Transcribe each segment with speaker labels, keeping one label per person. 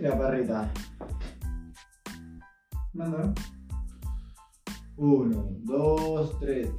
Speaker 1: Chaparrita.
Speaker 2: Mándalo.
Speaker 1: Uno, dos, tres.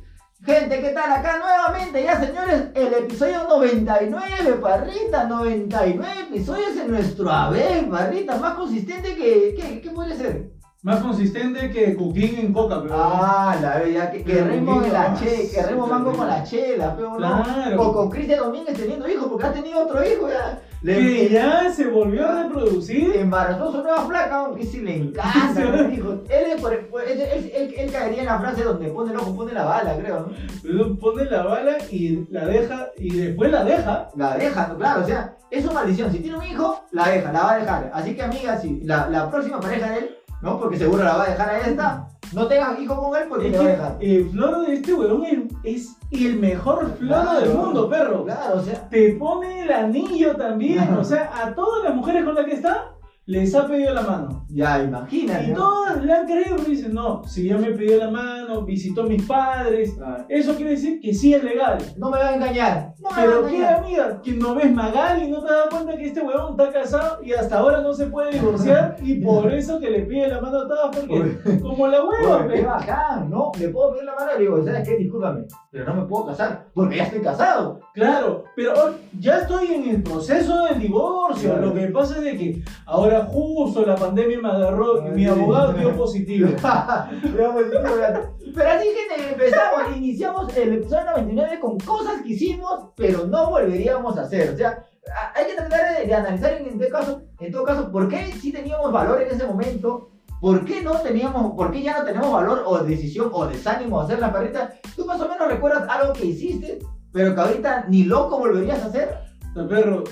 Speaker 1: Gente, ¿qué tal? Acá nuevamente, ya señores, el episodio 99, parrita, 99 episodios en nuestro haber, parrita, más consistente que, que, que puede ser.
Speaker 2: Más consistente que Coquín en Coca, pero.
Speaker 1: Ah, la verdad, que, que
Speaker 2: Pero
Speaker 1: remo en
Speaker 2: mira,
Speaker 1: la
Speaker 2: más,
Speaker 1: che, que remo mango con la chela, pero no.
Speaker 2: Claro.
Speaker 1: O con Cristian Domínguez teniendo hijos, porque ha tenido otro hijo ya.
Speaker 2: que ya se volvió a reproducir.
Speaker 1: embarazó su nueva flaca, aunque si le encanta, ¿no? Dijo, él, es por- él, él- él- él caería en la frase donde pone el ojo, pone la bala, creo, ¿no?
Speaker 2: Luego Pone la bala y la deja. Y después la deja.
Speaker 1: La deja, ¿no? claro, o sea, es su maldición. Si tiene un hijo, la deja, la va a dejar. Así que, amiga, si la, la próxima pareja de él, ¿no? Porque seguro la va a dejar a esta, no tengas hijo con él porque
Speaker 2: Es
Speaker 1: te va a
Speaker 2: que
Speaker 1: dejar.
Speaker 2: el floro de este weón es, es el mejor floro
Speaker 1: Claro.
Speaker 2: del mundo, perro.
Speaker 1: Claro, o sea,
Speaker 2: Te pone el anillo también.
Speaker 1: Ajá.
Speaker 2: O sea, a todas las mujeres con las que está, les ha pedido la mano.
Speaker 1: ya imagínate.
Speaker 2: Y
Speaker 1: ¿no?
Speaker 2: todas le han creído, pero dicen, no, si ya me pidió la mano, visitó a mis padres,
Speaker 1: Ah,
Speaker 2: eso quiere decir que sí es legal.
Speaker 1: No me va a engañar. No me
Speaker 2: Pero
Speaker 1: va a
Speaker 2: qué
Speaker 1: engañar.
Speaker 2: amiga, que no ves Magali, no te das cuenta que este huevón está casado y hasta ahora no se puede divorciar y por eso que le pide la mano a todas porque como la hueva,
Speaker 1: Oye,
Speaker 2: pe.
Speaker 1: qué bacán, ¿no? Le puedo pedir la mano y le digo, ¿sabes qué? Discúlpame, pero no me puedo casar porque ya estoy casado.
Speaker 2: claro, pero ahora ya estoy en el proceso del divorcio,
Speaker 1: Claro.
Speaker 2: lo que pasa es de que ahora justo la pandemia me agarró y
Speaker 1: Ay,
Speaker 2: mi
Speaker 1: sí.
Speaker 2: abogado dio positivo.
Speaker 1: Pero bueno, sí, bueno. Pero así que empezamos, iniciamos el episodio 99 con cosas que hicimos, pero no volveríamos a hacer. O sea, a- hay que tratar de, de analizar en, este caso, en todo caso, por qué sí teníamos valor en ese momento, por qué no teníamos, por qué ya no tenemos valor o decisión o desánimo a hacer las perritas. Tú más o menos recuerdas algo que hiciste, pero que ahorita ni loco volverías a hacer.
Speaker 2: Puta, Perro,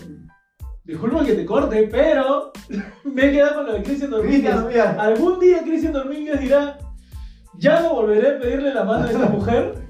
Speaker 2: disculpa que te corte, pero me he quedado con lo de Cristian Domínguez.
Speaker 1: mira.
Speaker 2: Algún día Cristian Domínguez dirá, ya no volveré a pedirle la mano a esta mujer.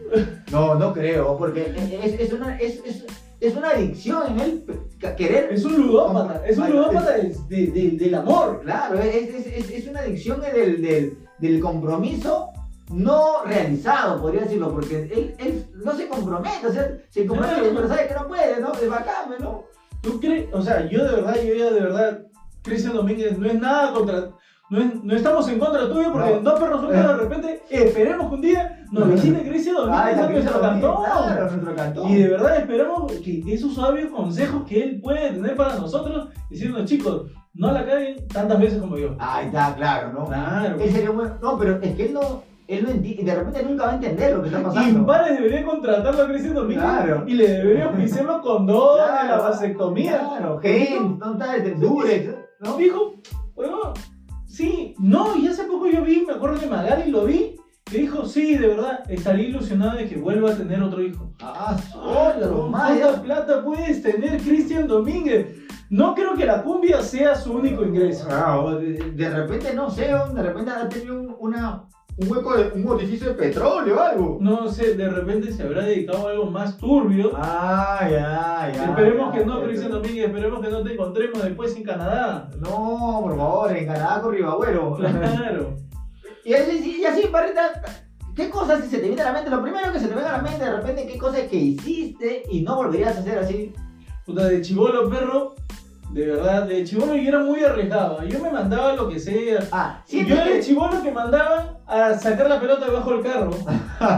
Speaker 1: No, no creo, porque es, es una, es, es- es una adicción en él c- querer
Speaker 2: Es un ludópata, es un
Speaker 1: Ah, Ay,
Speaker 2: ludópata del, de- de- del amor.
Speaker 1: Claro, es, es- es- es una adicción del, del- del compromiso no realizado, podría decirlo, porque él, él no se compromete, o sea, se compromete,
Speaker 2: Claro.
Speaker 1: pero sabe que no puede, ¿no? Es bacán, ¿no?
Speaker 2: ¿Tú crees? O sea, yo de verdad, yo ya de verdad, Cristian Domínguez no es nada contra. No, es- no estamos en contra tuyo porque
Speaker 1: No. Eh.
Speaker 2: no, perros sueltos de repente esperemos que un día nos visite Cristian
Speaker 1: Ay,
Speaker 2: Domínguez
Speaker 1: la Cristian
Speaker 2: a nuestro cantón.
Speaker 1: Domínguez, Claro, nuestro cantón.
Speaker 2: Y de verdad esperamos que esos sabios consejos que él puede tener para nosotros, diciendo chicos, no la caguen tantas veces como yo.
Speaker 1: Ahí está, claro, ¿no?
Speaker 2: Claro.
Speaker 1: Él sería un buen- No, pero es que él no, él no entiende, y de repente nunca va a entender lo que está pasando.
Speaker 2: Impares debería contratarlo a Cristian Domínguez
Speaker 1: Claro.
Speaker 2: y le debería ofrecer los condones,
Speaker 1: Claro.
Speaker 2: la vasectomía.
Speaker 1: Claro, gen, no está desde Durex,
Speaker 2: ¿no?
Speaker 1: ¿no?
Speaker 2: Dijo, huevón, sí, no, y hace poco yo vi, me acuerdo que Magali lo vi, que dijo, sí, de verdad, estaría ilusionada de que vuelva a tener otro hijo.
Speaker 1: Ah,
Speaker 2: ¿Con
Speaker 1: solo,
Speaker 2: ¿Cuánta plata puedes tener Cristian Domínguez? No creo que la cumbia sea su único ingreso.
Speaker 1: Ah, o de, de repente, no sé, o de repente ha tenido un, una, un hueco, de, un orificio de petróleo o algo.
Speaker 2: No sé, de repente se habrá dedicado a algo más turbio.
Speaker 1: Ah, ya, ya.
Speaker 2: esperemos
Speaker 1: ya,
Speaker 2: que no,
Speaker 1: ya,
Speaker 2: Cristian
Speaker 1: ya.
Speaker 2: Domínguez, esperemos que no te encontremos después en Canadá.
Speaker 1: No, por favor, en Canadá con Ribagüero.
Speaker 2: Claro.
Speaker 1: y así, sí, y así, Parrita, ¿qué cosas si se te viene a la mente? Lo primero que se te venga a la mente, de repente, ¿qué cosas que hiciste y no volverías a hacer así?
Speaker 2: Puta, de chivolo, perro. De verdad, de chivolo yo era muy arriesgado. Yo me mandaba lo que sea.
Speaker 1: Ah,
Speaker 2: Y
Speaker 1: siente
Speaker 2: yo era el
Speaker 1: que...
Speaker 2: chivolo que mandaban a sacar la pelota debajo del carro.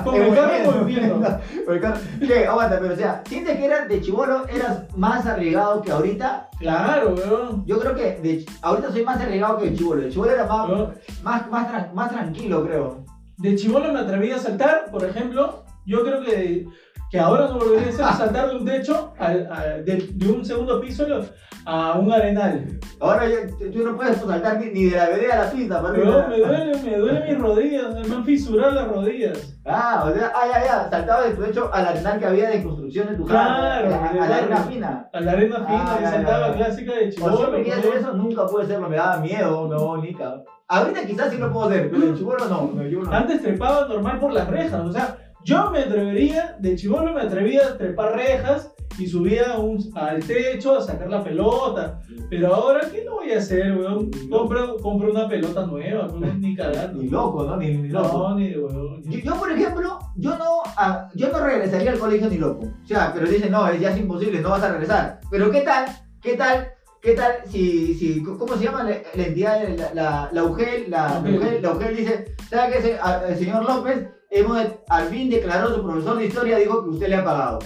Speaker 2: Con el carro moviendo.
Speaker 1: Por el carro. Che, aguanta, pero o sea, ¿sientes que eras de chivolo, eras más arriesgado que ahorita?
Speaker 2: Claro, weón.
Speaker 1: Yo creo que de ch- ahorita soy más arriesgado que el chivolo. El chivolo era más,
Speaker 2: Weón.
Speaker 1: más, más, tran- más tranquilo, creo.
Speaker 2: De chivolo me atreví a saltar, por ejemplo. Yo creo que, que ahora no volvería a hacer saltar de un techo, al- al- de, de un segundo piso lo- a un arenal.
Speaker 1: Ahora ya, t- tú no puedes saltar ni, ni de la vereda a la pista,
Speaker 2: Weón, me
Speaker 1: ¿verdad?
Speaker 2: duele, me duele mis rodillas. Me han fisurado las rodillas.
Speaker 1: Ah, o sea, ah, ya, ya, saltaba de tu hecho al arenal que había de construcción en tu
Speaker 2: Claro,
Speaker 1: casa, a-
Speaker 2: de
Speaker 1: a, a la
Speaker 2: barrio.
Speaker 1: arena fina.
Speaker 2: A la arena fina,
Speaker 1: Ah,
Speaker 2: yo
Speaker 1: ya,
Speaker 2: saltaba
Speaker 1: ya.
Speaker 2: clásica de
Speaker 1: O si
Speaker 2: chivolo.
Speaker 1: me quería hacer
Speaker 2: weón.
Speaker 1: eso, nunca pude hacerlo, me daba miedo, no, ni cabrón. Ahorita quizás sí lo puedo hacer, pero el chivolo no, no, yo no.
Speaker 2: Antes trepaba normal por las rejas, o sea, yo me atrevería, de chivolo me atrevía a trepar rejas y subía a un- al techo a sacar la pelota. Pero ahora, ¿qué no voy a hacer, weón? Compro, compro una pelota nueva, weón, ni cagando.
Speaker 1: Ni loco, ¿no? Ni, ni loco.
Speaker 2: No, ni de weón.
Speaker 1: Yo, yo, por ejemplo, yo no, ah, yo no regresaría al colegio ni loco. O sea, pero dicen, no, ya es imposible, no vas a regresar. Pero ¿qué tal? ¿Qué tal ¿Qué tal si, si cómo se llama la, la entidad, la, la, la UGEL? La,
Speaker 2: Ugel.
Speaker 1: UGEL, la UGEL dice, ¿sabe qué, se- a- el señor López? Hemos, al fin declaró su profesor de historia, dijo que usted le ha pagado.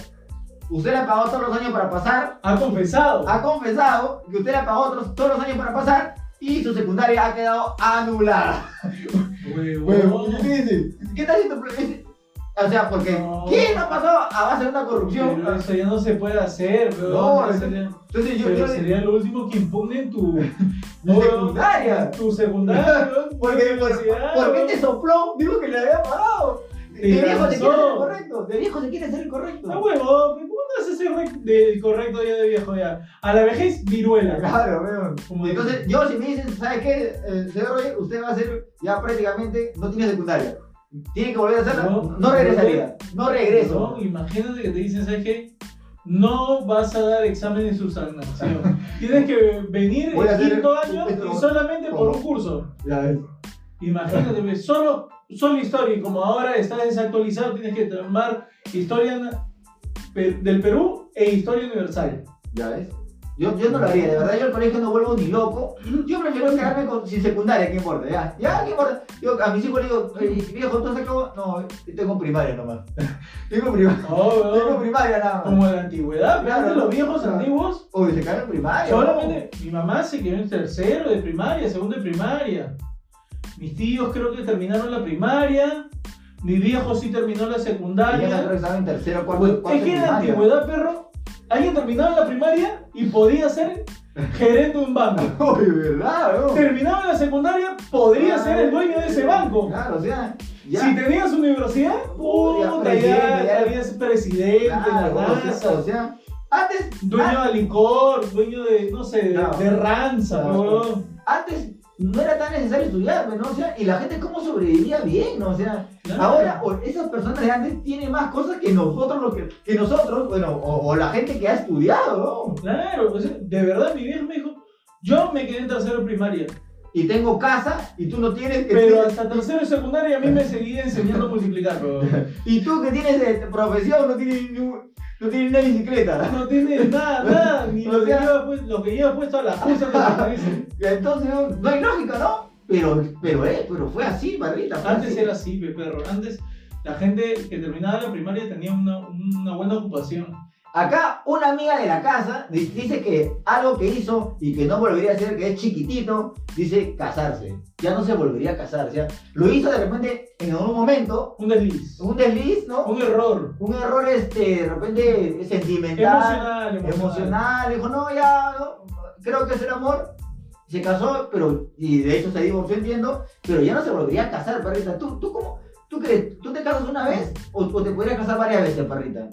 Speaker 1: Usted le ha pagado todos los años para pasar,
Speaker 2: Ha confesado.
Speaker 1: ha confesado que usted le ha pagado otros- todos los años para pasar y su secundaria ha quedado anulada.
Speaker 2: Huevón.
Speaker 1: Dice, ¿Qué tal si tu profe- O sea, porque
Speaker 2: No.
Speaker 1: ¿quién no pasó a base de una corrupción?
Speaker 2: Pero eso ya no se puede hacer, weón.
Speaker 1: No,
Speaker 2: Ya
Speaker 1: es-
Speaker 2: sería-
Speaker 1: Entonces yo,
Speaker 2: pero
Speaker 1: yo
Speaker 2: sería lo último que impugnen tu
Speaker 1: Mi
Speaker 2: weón,
Speaker 1: secundaria.
Speaker 2: Tu secundaria, weón.
Speaker 1: Porque,
Speaker 2: Tu
Speaker 1: por,
Speaker 2: universidad,
Speaker 1: ¿por qué
Speaker 2: weón.
Speaker 1: te sopló? Dijo que le había pagado. De
Speaker 2: Te
Speaker 1: viejo se
Speaker 2: lanzó.
Speaker 1: quiere hacer el correcto. De viejo se quiere hacer el
Speaker 2: Ah,
Speaker 1: correcto.
Speaker 2: huevón, ¿cómo no haces el rec- del correcto ya de viejo ya? A la vejez, viruela.
Speaker 1: Claro, weón.
Speaker 2: Como
Speaker 1: Entonces, yo si me dicen, ¿sabes qué? Eh, señor Roger, usted va a ser ya prácticamente, no tiene secundaria. Tiene que volver a hacerla.
Speaker 2: No.
Speaker 1: No, regresaría. No regreso.
Speaker 2: Huevón, imagínate que te dicen, ¿sabes qué? No vas a dar examen de subsanación. Tienes que venir
Speaker 1: Voy a
Speaker 2: el
Speaker 1: hacer
Speaker 2: quinto
Speaker 1: un
Speaker 2: año
Speaker 1: peso-
Speaker 2: y solamente por
Speaker 1: como-
Speaker 2: un curso.
Speaker 1: Ya ves.
Speaker 2: Imagínate, ve, solo, solo historia. Y como ahora está desactualizado, tienes que tomar historia na- pe- del Perú e historia universal.
Speaker 1: Ya ves. Yo, yo no lo haría, de verdad, yo al colegio no vuelvo ni loco. Yo prefiero quedarme con, sin secundaria, ¿qué importa? Ya, ya, ¿qué importa? Yo a mis hijos le digo, "Oye, viejo, ¿tú has sacado? No, tengo primaria nomás. tengo primaria.
Speaker 2: Oh,
Speaker 1: Tengo
Speaker 2: weón,
Speaker 1: primaria nada más.
Speaker 2: como en la antigüedad,
Speaker 1: Claro.
Speaker 2: ¿verdad? los viejos
Speaker 1: Claro.
Speaker 2: antiguos.
Speaker 1: Uy, se cae en primaria.
Speaker 2: Solamente mi mamá se quedó en tercero de primaria, segundo de primaria. Mis tíos creo que terminaron la primaria. Mi viejo sí terminó
Speaker 1: Ella
Speaker 2: la
Speaker 1: me creo que
Speaker 2: secundaria.
Speaker 1: estaba en tercero, cuarto,
Speaker 2: Pues,
Speaker 1: cuarto
Speaker 2: es
Speaker 1: de
Speaker 2: que en la
Speaker 1: primaria.
Speaker 2: antigüedad, perro, alguien terminaba la primaria y podía ser gerente de un banco.
Speaker 1: Uy, verdad, weón. Ah,
Speaker 2: Terminaba la secundaria, podría ser el dueño de ese banco.
Speaker 1: Claro, o sea, ya.
Speaker 2: Si tenías universidad,
Speaker 1: Uy, ya
Speaker 2: puta,
Speaker 1: presidente,
Speaker 2: ya
Speaker 1: ya.
Speaker 2: estarías presidente,
Speaker 1: Claro, Ah.
Speaker 2: la
Speaker 1: o sea,
Speaker 2: NASA,
Speaker 1: o sea, antes,
Speaker 2: dueño de licor, dueño de, no sé, de,
Speaker 1: Claro.
Speaker 2: de ranza,
Speaker 1: Claro.
Speaker 2: weón.
Speaker 1: antes no era tan necesario estudiar, pues, ¿no? O sea, y la gente cómo sobrevivía bien, ¿no? O sea, ahora o- esas personas de antes tienen más cosas que nosotros, lo que, que nosotros, bueno, o, o la gente que ha estudiado, ¿no?
Speaker 2: Claro, pues, de verdad mi viejo me dijo, yo me quedé en tercero de primaria,
Speaker 1: Y tengo casa y tú no tienes que...
Speaker 2: pero hasta tercero de secundaria a mí me seguía enseñando a multiplicar. weón.
Speaker 1: Y tú que tienes eh, profesión no tienes, ni un- no tienes ni una bicicleta.
Speaker 2: No tiene nada, nada, ni lo que, lleva, pues, lo que lleva puesto a la justa que me parece.
Speaker 1: Entonces, no, no hay lógica, ¿no? Pero, pero, eh, pero fue así, Barrita. fue
Speaker 2: Antes
Speaker 1: así.
Speaker 2: era así, pe, perro, antes la gente que terminaba la primaria tenía una, una buena ocupación.
Speaker 1: Acá, una amiga de la casa di- dice que algo que hizo y que no volvería a hacer, que es chiquitito, dice casarse. Ya no se volvería a casar. O sea, lo hizo de repente en algún momento,
Speaker 2: Un desliz,
Speaker 1: un desliz, ¿no?
Speaker 2: un error
Speaker 1: Un error, este, de repente sentimental,
Speaker 2: emocional, emocional.
Speaker 1: emocional. Dijo, no, ya, no, creo que es el amor. Se casó, pero, y de hecho se divorció, entiendo, pero ya no se volvería a casar, perrita. ¿Tú, tú cómo? ¿Tú crees? ¿Tú te casas una vez o, o te podrías casar varias veces, perrita?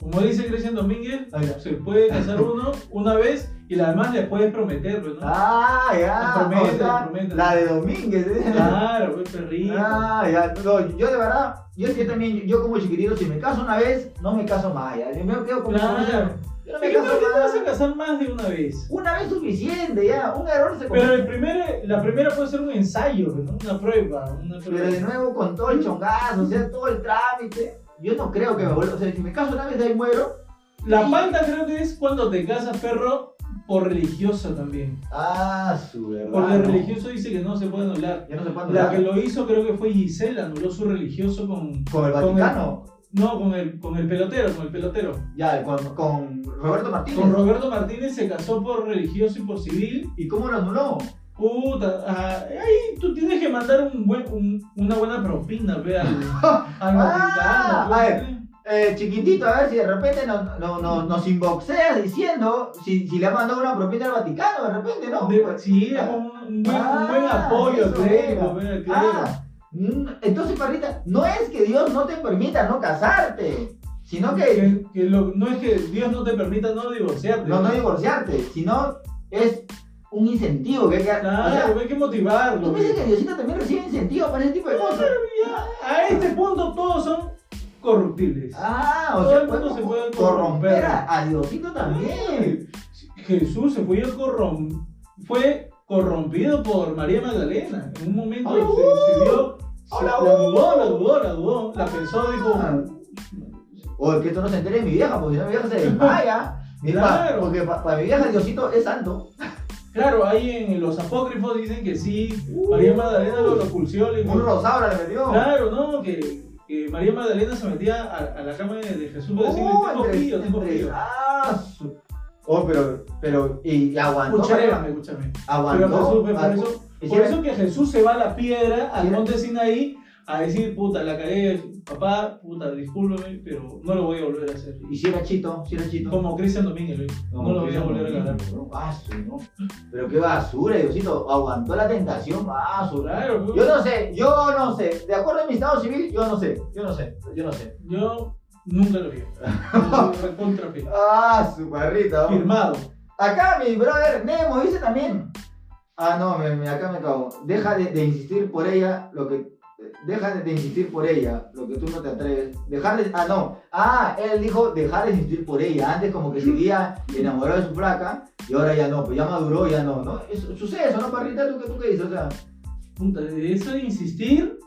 Speaker 2: Como dice Cristian Domínguez,
Speaker 1: Ahí está.
Speaker 2: se puede casar uno una vez y la demás le puedes prometer, pues, ¿no?
Speaker 1: Ah, ya.
Speaker 2: La promesa,
Speaker 1: o sea,
Speaker 2: la promesa.
Speaker 1: la de Domínguez, ¿eh?
Speaker 2: Claro, pues perrito.
Speaker 1: Ah, ya. No, yo de verdad, yo, yo también, yo como chiquitito, si me caso una vez, no me caso más. Ya. Yo me quedo con mi familia.
Speaker 2: Claro.
Speaker 1: Yo no me
Speaker 2: Pero ¿por
Speaker 1: caso
Speaker 2: qué te vas a
Speaker 1: más.
Speaker 2: casar más de una vez?
Speaker 1: Una vez suficiente, ya. Un error se
Speaker 2: Pero el
Speaker 1: comete.
Speaker 2: primer, la primera puede ser un ensayo, ¿no? una prueba. Una
Speaker 1: Pero de
Speaker 2: prueba.
Speaker 1: nuevo, con todo el chongazo, o sea, todo el trámite, yo no creo que me vuelva. O sea, si me caso una vez, ahí muero.
Speaker 2: La falta creo que es cuando te casas, perro, por religioso también.
Speaker 1: Ah, su verdad.
Speaker 2: Porque el
Speaker 1: no.
Speaker 2: religioso dice que no se puede anular.
Speaker 1: Ya no se puede
Speaker 2: La que
Speaker 1: anular.
Speaker 2: lo hizo creo que fue Gisela, anuló su religioso con...
Speaker 1: Con el
Speaker 2: con el-
Speaker 1: Vaticano,
Speaker 2: No, con el, con el pelotero, con el pelotero.
Speaker 1: ya, con, con Roberto Martínez.
Speaker 2: Con Roberto Martínez se casó por religioso y por civil.
Speaker 1: ¿Y cómo lo anuló?
Speaker 2: Puta, ah, ahí tú tienes que mandar un buen, un- una buena propina, ve al, al
Speaker 1: Ah,
Speaker 2: Vaticano,
Speaker 1: a
Speaker 2: pues,
Speaker 1: ver. Eh, chiquitito, a ver si de repente no, no- no- nos inboxeas diciendo si, si le has mandado una propina al Vaticano, de repente, ¿no?
Speaker 2: de- sí, es un, un buen, un buen
Speaker 1: Ah,
Speaker 2: apoyo al
Speaker 1: eso
Speaker 2: clérigo,
Speaker 1: era.
Speaker 2: ve, al clérigo.
Speaker 1: Ah, mm, entonces, Parrita, no es que Dios no te permita no casarte, sino que
Speaker 2: Que, que lo- no es que Dios no te permita no divorciarte.
Speaker 1: no, no divorciarte, sino es un incentivo que hay que... o
Speaker 2: Claro,
Speaker 1: sea,
Speaker 2: hay que motivarlo.
Speaker 1: ¿Tú
Speaker 2: ve.
Speaker 1: piensas que Diosito también recibe incentivos para ese tipo de
Speaker 2: No,
Speaker 1: cosas?
Speaker 2: pero ya, a este punto todos son corruptibles.
Speaker 1: Ah, o
Speaker 2: Todo
Speaker 1: sea,
Speaker 2: el mundo se puede
Speaker 1: corromper
Speaker 2: corromper.
Speaker 1: a, a Diosito también.
Speaker 2: Jesús se fue, corrom- fue corrompido por María Magdalena. En un momento
Speaker 1: ¡Hola, uh.
Speaker 2: se, se dio. se-
Speaker 1: ¡Hola,
Speaker 2: la
Speaker 1: uh!
Speaker 2: dudó, la dudó, la dudó. La pensó, dijo.
Speaker 1: Ah. O que esto no se entere mi vieja, porque si no mi vieja se desmaya. Mi papá,
Speaker 2: Claro.
Speaker 1: porque pa- para mi vieja Diosito es santo.
Speaker 2: Claro, ahí en los apócrifos dicen que sí, María Magdalena lo repulsó. le-
Speaker 1: Un rosario le metió.
Speaker 2: Claro, no, que, que María Magdalena se metía a, a la cama de, de Jesús para decirle,
Speaker 1: Oh,
Speaker 2: tengo
Speaker 1: entre-
Speaker 2: frío, tengo
Speaker 1: entre-
Speaker 2: frío.
Speaker 1: Ah, su- Oh, pero, pero, y, y aguantó.
Speaker 2: Escúchame, escúchame. Pero
Speaker 1: Aguantó.
Speaker 2: Jesús, ve, por,
Speaker 1: agu-
Speaker 2: eso,
Speaker 1: y
Speaker 2: por
Speaker 1: si-
Speaker 2: eso que Jesús se va a la piedra, al
Speaker 1: Sí.
Speaker 2: monte Sinaí, a decir, puta, la cagué, papá, puta, discúlpame, pero no lo voy a volver a hacer.
Speaker 1: Y si era chito, si era chito.
Speaker 2: Como Cristian Domínguez, güey, no lo voy a volver a ganar.
Speaker 1: No, ah, su, no. Pero qué basura, Diosito. Aguantó la tentación, basura.
Speaker 2: Claro, güey.
Speaker 1: Yo no sé, yo no sé. De acuerdo a mi estado civil, yo no sé. Yo no sé, yo no sé.
Speaker 2: Yo nunca lo vi. Fue contra firmado.
Speaker 1: Ah, su parrita. ¿no?
Speaker 2: Firmado.
Speaker 1: Acá mi brother Nemo dice también. Ah, no, me, me- acá me cago. Deja de, de insistir por ella lo que. Deja de, de insistir por ella lo que tú no te atreves. Dejar de. Ah, no. Ah, él dijo dejar de insistir por ella. Antes como que seguía enamorado de su flaca y ahora ya no, pues ya maduró, ya no, ¿no? Es- sucede eso, ¿no, parrita? ¿Tú, qué- tú qué dices? O sea,
Speaker 2: Puta, de eso de insistir.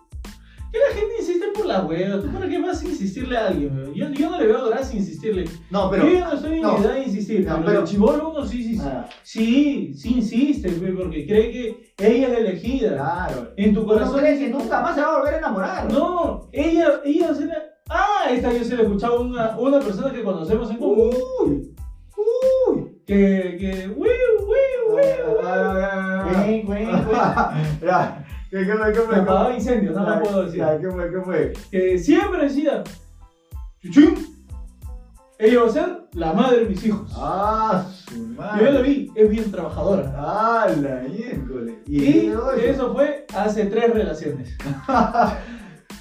Speaker 2: Que la gente insiste por la hueva. ¿Tú para qué vas a insistirle a alguien, weón? Yo, yo no le veo gracia insistirle.
Speaker 1: no, pero.
Speaker 2: yo ya no estoy en
Speaker 1: no.
Speaker 2: edad de insistir.
Speaker 1: No,
Speaker 2: pero
Speaker 1: pero-
Speaker 2: el chivolo uno sí, sí, sí.
Speaker 1: Ah,
Speaker 2: Sí, sí insiste, güey, porque cree que ella es la elegida.
Speaker 1: claro.
Speaker 2: En tu
Speaker 1: Ah. ¿No
Speaker 2: corazón.
Speaker 1: crees que nunca más se va a volver a enamorar?
Speaker 2: No, ella, ella se la. Ah, esta yo se la escuchaba a una, una persona que conocemos en común.
Speaker 1: Uy. Uy.
Speaker 2: Que, que, güey, güey, güey,
Speaker 1: Ah,
Speaker 2: güey. Güey, güey, güey.
Speaker 1: Ya, ¿Qué qué fue? ¿Qué
Speaker 2: Me
Speaker 1: fue?
Speaker 2: apagaba incendios, no
Speaker 1: Ya,
Speaker 2: me puedo decir.
Speaker 1: ya, ¿Qué fue? ¿Qué fue?
Speaker 2: que siempre decía, chuchín, ella va a ser la madre de mis hijos.
Speaker 1: Ah, su
Speaker 2: Yo ya la
Speaker 1: madre.
Speaker 2: vi, es bien trabajadora.
Speaker 1: Ah, la miércoles. ¿Y, el
Speaker 2: Y
Speaker 1: día de hoy?
Speaker 2: eso fue hace tres relaciones.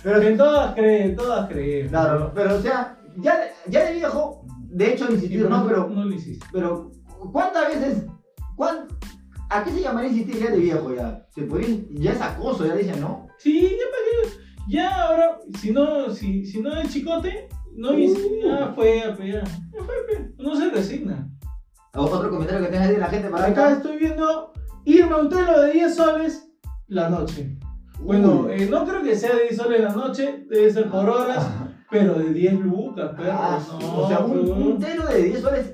Speaker 1: Pero,
Speaker 2: En todas creen, todas creen.
Speaker 1: claro, pero o sea, ya, ya de viejo, de hecho,
Speaker 2: Y
Speaker 1: insistir,
Speaker 2: por
Speaker 1: ¿no?
Speaker 2: eso
Speaker 1: Pero,
Speaker 2: No lo hiciste.
Speaker 1: pero ¿cuántas veces? cuán- ¿A qué se llamaría insistir ya de viejo ya? Se podría, ya es acoso, ya dicen, ¿no?
Speaker 2: Sí, ya para qué. Ya ahora, si no, si, si no es chicote, no hice.
Speaker 1: Uh.
Speaker 2: Ya fue, ya fue, ya. Ya fue, pe. Uno se resigna.
Speaker 1: O- Otro comentario que tengas ahí de la gente para
Speaker 2: Acá estoy viendo irme a un telo de 10 soles la noche. Bueno,
Speaker 1: Uy.
Speaker 2: eh, no creo que sea de 10 soles la noche, debe ser por horas. Pero de 10 lucas, perro.
Speaker 1: Ah,
Speaker 2: no,
Speaker 1: o sea, un,
Speaker 2: huevón.
Speaker 1: un telo de 10 soles.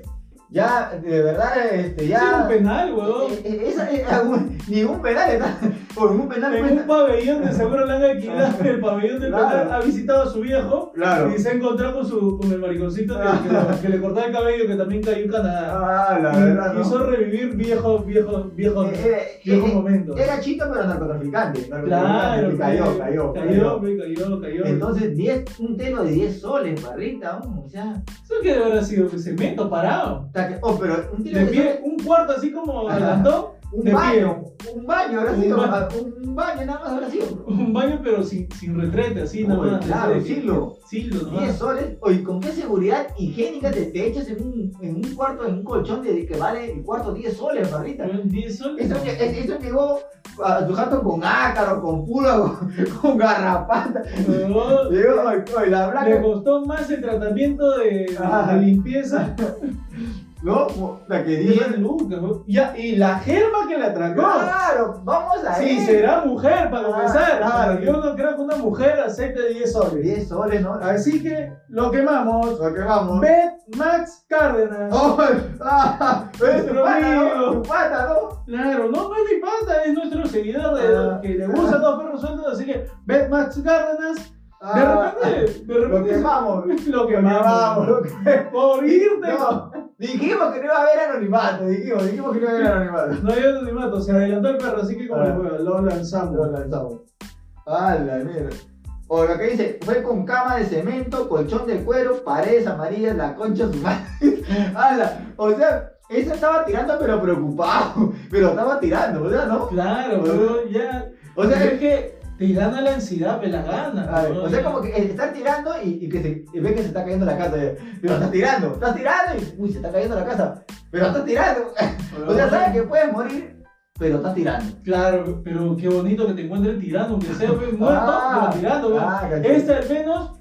Speaker 1: Ya, de verdad, este,
Speaker 2: Ese es un
Speaker 1: ya.
Speaker 2: penal, weón.
Speaker 1: Eh, eh, esa, eh, ah, un- ni un penal está. Por un penal pues.
Speaker 2: En un
Speaker 1: cuesta.
Speaker 2: pabellón de seguro le han alquilado el pabellón del
Speaker 1: Claro.
Speaker 2: penal. Ha visitado a su viejo
Speaker 1: Claro.
Speaker 2: y se ha encontrado con, su, con el mariconcito que, que lo- que le cortaba el cabello, que también cayó en Canadá.
Speaker 1: Ah, la
Speaker 2: Y-
Speaker 1: verdad. no.
Speaker 2: Quiso revivir viejos, viejos, viejos,
Speaker 1: Eh, eh,
Speaker 2: viejos
Speaker 1: eh,
Speaker 2: momentos.
Speaker 1: Era chito, pero narcotraficante.
Speaker 2: Claro,
Speaker 1: narcotraficante. Cayó, cayó,
Speaker 2: cayó, pe, cayó, cayó.
Speaker 1: Entonces, 10, un telo de 10 soles, barrita. um, o sea,
Speaker 2: ¿Eso qué habrá sido? Cemento parado.
Speaker 1: hasta que- oh, pero un telo
Speaker 2: De
Speaker 1: de 10
Speaker 2: pie, un cuarto así como
Speaker 1: Ajá.
Speaker 2: adelantó,
Speaker 1: un
Speaker 2: de
Speaker 1: baño. Un baño habrá
Speaker 2: Un
Speaker 1: sido.
Speaker 2: baño.
Speaker 1: ah, Un baño nada más habrá sido.
Speaker 2: un baño pero sin, sin retrete, así nada
Speaker 1: Uy,
Speaker 2: más.
Speaker 1: claro,
Speaker 2: así de que-
Speaker 1: siglo.
Speaker 2: Sildo, nomás.
Speaker 1: 10 soles, oye, ¿con qué seguridad higiénica te, te echas en un, en un cuarto, en un colchón de, que vale el cuarto 10 soles, barrita?
Speaker 2: Pero en 10 soles.
Speaker 1: Eso, lle- es- eso llegó a tu jato con ácaro, con pula, con, con garrapata.
Speaker 2: Pero
Speaker 1: Llegó, oye, oye, la
Speaker 2: Le
Speaker 1: blanca,
Speaker 2: costó más el tratamiento de, de-
Speaker 1: Ah.
Speaker 2: de limpieza.
Speaker 1: ¿no? Como La que 10
Speaker 2: 10 lucas, weón. Ya, y la germa que le atracó.
Speaker 1: Claro, vamos a
Speaker 2: Sí,
Speaker 1: ir.
Speaker 2: será mujer para
Speaker 1: Ah,
Speaker 2: comenzar.
Speaker 1: claro.
Speaker 2: Yo no creo que una mujer acepte 10 soles.
Speaker 1: 10 soles, ¿no? A ver,
Speaker 2: Así que lo quemamos.
Speaker 1: ¿a qué vamos?
Speaker 2: Bet Max Cárdenas.
Speaker 1: ¡Oh! ¡Ah! Es tu
Speaker 2: Nuestro
Speaker 1: pata, ¿no?
Speaker 2: amigo.
Speaker 1: Tu pata, ¿no?
Speaker 2: Claro, no, no es mi pata, es nuestro seguidor de-
Speaker 1: Ah.
Speaker 2: que le gustan los perros sueltos. Así que Bet Max Cárdenas. De
Speaker 1: Ah,
Speaker 2: repente, de
Speaker 1: Lo
Speaker 2: repente.
Speaker 1: quemamos.
Speaker 2: Lo
Speaker 1: Lo quemamos,
Speaker 2: quemamos.
Speaker 1: lo quemamos.
Speaker 2: Por irte.
Speaker 1: No, dijimos que no iba a haber anonimato, dijimos, dijimos que no iba a haber anonimato.
Speaker 2: No había anonimato, se adelantó el perro, así que como
Speaker 1: Ah.
Speaker 2: el juego, lo
Speaker 1: Lo
Speaker 2: lanzamos.
Speaker 1: lanzamos. A la mierda. O lo que dice, fue con cama de cemento, colchón de cuero, paredes amarillas, la concha de su madre. Ala, o sea, esa estaba tirando pero preocupado, pero estaba tirando, o sea, ¿no?
Speaker 2: Claro, pero ya.
Speaker 1: O sea,
Speaker 2: es que te gana la ansiedad, me la gana.
Speaker 1: a ver, o sea, como que estar tirando y, y que se, y ve que se está cayendo la casa, ya. pero está tirando, está tirando y, uy, se está cayendo la casa, pero está tirando. O sea, sabes que puedes morir, pero está tirando.
Speaker 2: Claro, pero qué bonito que te encuentren tirando, aunque sea pues, muerto,
Speaker 1: Ah,
Speaker 2: pero tirando. güey.
Speaker 1: ah, caché.
Speaker 2: este al menos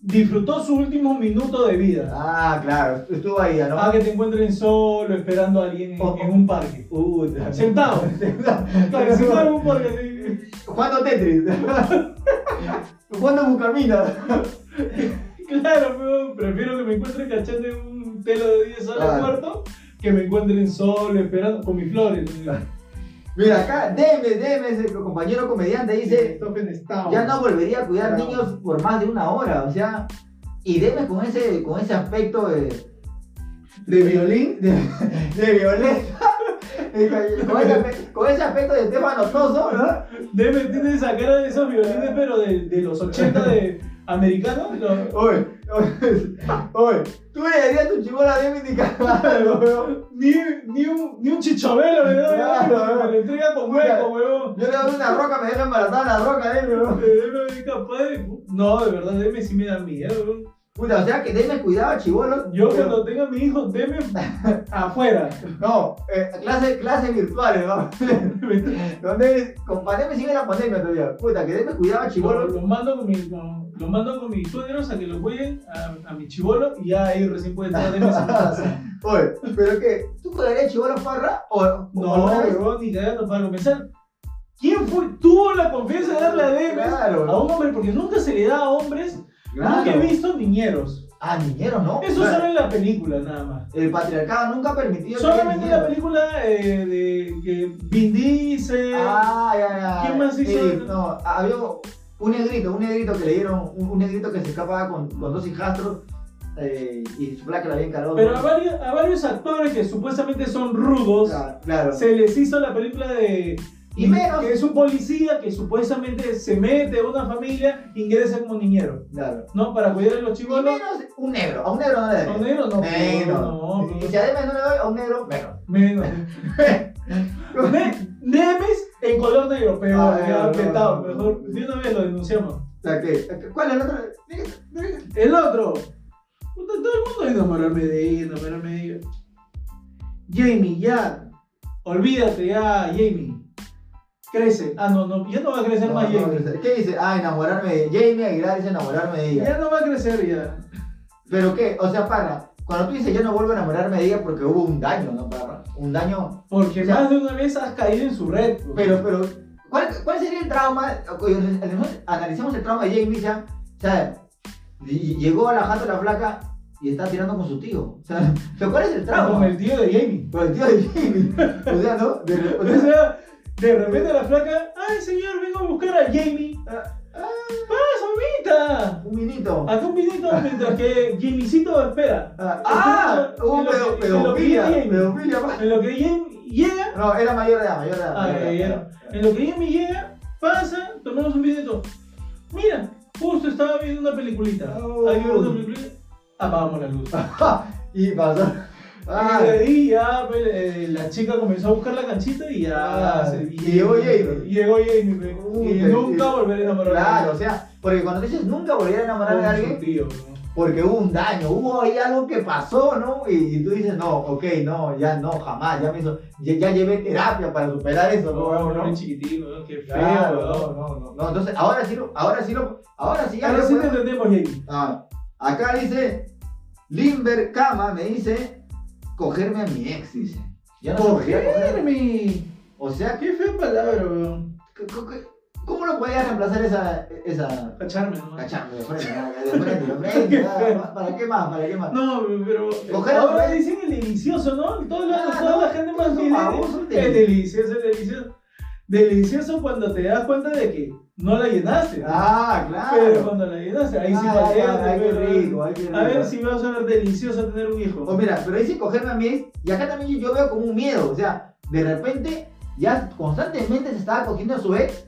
Speaker 2: disfrutó su último minuto de vida.
Speaker 1: Ah, claro, estuvo ahí, ¿no?
Speaker 2: A que te encuentren solo, esperando a alguien en,
Speaker 1: Oh.
Speaker 2: en un parque.
Speaker 1: Uh,
Speaker 2: Sentado. Sentado en un parque.
Speaker 1: Jugando Tetris. Jugando Bucamina.
Speaker 2: así. Claro, pero prefiero que me encuentren cachando en un pelo de 10 soles
Speaker 1: Claro.
Speaker 2: muerto, que me encuentren solo, esperando, con mis flores.
Speaker 1: Mira, acá, Demes, Demes, el compañero comediante, dice,
Speaker 2: Stop and Stop.
Speaker 1: ya no volvería a cuidar
Speaker 2: Bravo.
Speaker 1: niños por más de una hora, o sea, y Demes con ese, con ese aspecto de, de violín, de, de violeta, con, ese, aspecto- con ese aspecto de Estefano Toso, ¿no?
Speaker 2: Debe, tiene esa cara de esos violines, pero de, de los 80 de americanos. lo-
Speaker 1: Oye, oye, oye, tú le darías tu chibola a Demes ni cagado, weón.
Speaker 2: Ni, ni, un, ni un chichabelo le doy,
Speaker 1: Claro.
Speaker 2: me lo entrega con hueco, huevón.
Speaker 1: Yo le doy una roca, me deja embarazada la roca, eh, weón.
Speaker 2: Debe es capaz de- No, de verdad, Deme sí me da miedo, huevón.
Speaker 1: Puta, o sea que Demes cuidaba chibolos.
Speaker 2: Yo cuando tenga a mi hijo, Deme afuera.
Speaker 1: No, eh, clase, clases virtuales, ¿no? Donde con pandemia sigue la pandemia todavía. Puta, que Demes cuidaba
Speaker 2: Lo,
Speaker 1: chibolos.
Speaker 2: lo mando con mi, con- lo mando con mis suegros a que lo cuiden a, a mi chivolo y ya ahí recién puede entrar Deme a su casa.
Speaker 1: Oye, pero qué, ¿tú cuidarías chibolos farra? O, o
Speaker 2: No,
Speaker 1: alguna vez?
Speaker 2: huevón, ni cagando para comenzar. ¿Quién fue? Tuvo la confianza de darle a Deme a
Speaker 1: Claro,
Speaker 2: un hombre, porque nunca se le da a hombres,
Speaker 1: claro.
Speaker 2: nunca he visto niñeros.
Speaker 1: Ah, niñeros, ¿no?
Speaker 2: Eso
Speaker 1: Claro.
Speaker 2: sale en la película nada más.
Speaker 1: El patriarcado nunca ha permitido. que haya
Speaker 2: Solamente en la
Speaker 1: niñeros.
Speaker 2: película eh, de que Vin Diesel.
Speaker 1: Ah, ya, ya.
Speaker 2: ¿Quién más hizo
Speaker 1: Sí,
Speaker 2: eso?
Speaker 1: no, había un negrito, un negrito que le dieron, un, un negrito que se escapaba con, con dos hijastros eh, y su placa la había encargado.
Speaker 2: Pero a varios, a varios actores que supuestamente son rudos,
Speaker 1: Claro, claro.
Speaker 2: se les hizo la película de.
Speaker 1: Y menos.
Speaker 2: Que es un policía que supuestamente se mete a una familia e ingresa como niñero,
Speaker 1: claro.
Speaker 2: ¿no? Para cuidar a los
Speaker 1: Y
Speaker 2: chivolos.
Speaker 1: menos un negro, a un negro no le
Speaker 2: A un
Speaker 1: daría.
Speaker 2: negro no.
Speaker 1: Menos.
Speaker 2: No,
Speaker 1: y
Speaker 2: no,
Speaker 1: si además no le doy a un negro, menos.
Speaker 2: Menos. Ne- Nemes en color negro, pero
Speaker 1: Ah,
Speaker 2: ya
Speaker 1: no,
Speaker 2: petado,
Speaker 1: no, no.
Speaker 2: mejor. De una vez lo denunciamos.
Speaker 1: O sea, que, ¿cuál es el otro?
Speaker 2: El otro. Puta, todo el mundo es enamorarme de ella, enamorarme de ella. Jamie, ya. Olvídate ya, Jamie. Crece. Ah, no, no, ya no va a crecer
Speaker 1: No,
Speaker 2: más
Speaker 1: no,
Speaker 2: Jamie.
Speaker 1: ¿Qué dice? Ah, enamorarme de Jamie Aguilar dice enamorarme de ella.
Speaker 2: ya no va a crecer ya.
Speaker 1: Pero qué, o sea, pana, cuando tú dices yo no vuelvo a enamorarme de ella porque hubo un daño, ¿no, pana? Un daño
Speaker 2: Porque
Speaker 1: O sea,
Speaker 2: más de una vez has caído en su red. pues.
Speaker 1: Pero, pero, ¿cuál, cuál sería el trauma? Analizamos el trauma de Jamie ya. O sea, ll- llegó a la jato la flaca y está tirando con su tío. O sea, pero ¿cuál es el
Speaker 2: Ah, Como
Speaker 1: trauma?
Speaker 2: el tío de Jamie.
Speaker 1: Con el tío de Jamie. O sea, ¿no? De, re- o
Speaker 2: O
Speaker 1: sea,
Speaker 2: sea, de repente la flaca, ay señor, vengo a buscar a Jamie.
Speaker 1: Ah,
Speaker 2: ¡Pasa, mamita!
Speaker 1: un minito.
Speaker 2: Hacé un vinito mientras que Jamiecito espera.
Speaker 1: Ah, ah,
Speaker 2: Y
Speaker 1: hubo
Speaker 2: lo-
Speaker 1: pedo-
Speaker 2: y lo pide
Speaker 1: pedofilia.
Speaker 2: Jamie.
Speaker 1: Pedofilia, pa.
Speaker 2: En lo que Jamie llega,
Speaker 1: No, era mayor de edad, mayor de edad.
Speaker 2: Ah,
Speaker 1: mayor de
Speaker 2: ya, ya,
Speaker 1: edad.
Speaker 2: ya. En lo que Jamie llega, pasa, tomamos un videito. Mira, justo estaba viendo una peliculita.
Speaker 1: Oh.
Speaker 2: Ahí viendo una peliculita. Apagamos la luz.
Speaker 1: Y pasó. Ah,
Speaker 2: Y de ahí ya pues, eh, la chica comenzó a buscar la canchita y ya.
Speaker 1: Ah,
Speaker 2: se-
Speaker 1: y llegó Jamie.
Speaker 2: Y llegó Jamie. pues.
Speaker 1: Uy,
Speaker 2: y
Speaker 1: te-
Speaker 2: nunca volveré a enamorar
Speaker 1: claro, o sea, porque cuando dices nunca volver a enamorar de alguien,
Speaker 2: Tío,
Speaker 1: porque hubo un daño, hubo ahí algo que pasó, ¿no? Y, y tú dices, no, ok, no, ya no, jamás, ya me hizo, ya, ya llevé terapia para superar eso,
Speaker 2: ¿no?
Speaker 1: ¿no? no, no.
Speaker 2: chiquitito, ¿no? Qué feo,
Speaker 1: Claro,
Speaker 2: ¿no?
Speaker 1: no, no, no, no, entonces ahora sí, lo- ahora sí, lo, ahora sí, ya
Speaker 2: Ahora
Speaker 1: lo
Speaker 2: sí te
Speaker 1: puedo-
Speaker 2: entendemos, Jamie.
Speaker 1: Ah, acá dice, Limber Cama me dice, cogerme a mi ex, dice. Ya no se podía coger.
Speaker 2: Cogerme.
Speaker 1: O sea,
Speaker 2: Qué fea palabra, weón.
Speaker 1: c- c- c- ¿cómo lo podía reemplazar esa, esa,
Speaker 2: Cacharme, ¿no?
Speaker 1: cachando de frente, Ah, de frente, de frente, ah, para qué más, para qué más?
Speaker 2: No, pero.
Speaker 1: Coger,
Speaker 2: ahora
Speaker 1: coger.
Speaker 2: dicen el delicioso, ¿no? Todo lo-
Speaker 1: Ah,
Speaker 2: toda
Speaker 1: no,
Speaker 2: la gente
Speaker 1: es
Speaker 2: más
Speaker 1: un
Speaker 2: bien.
Speaker 1: baboso, un
Speaker 2: El
Speaker 1: delici-
Speaker 2: delicioso, el delicioso. Delicioso cuando te das cuenta de que no la llenaste.
Speaker 1: Ah, claro. Ah,
Speaker 2: Pero cuando la llenaste, ahí sí
Speaker 1: Ay,
Speaker 2: pateaste,
Speaker 1: ay, qué
Speaker 2: pero-
Speaker 1: rico, ay, qué rico.
Speaker 2: A ver si va a sonar delicioso tener un
Speaker 1: O
Speaker 2: hijo.
Speaker 1: Pues mira, pero dice cogerme a mí es- y acá también yo veo como un miedo, o sea, de repente ya constantemente se estaba cogiendo a su ex,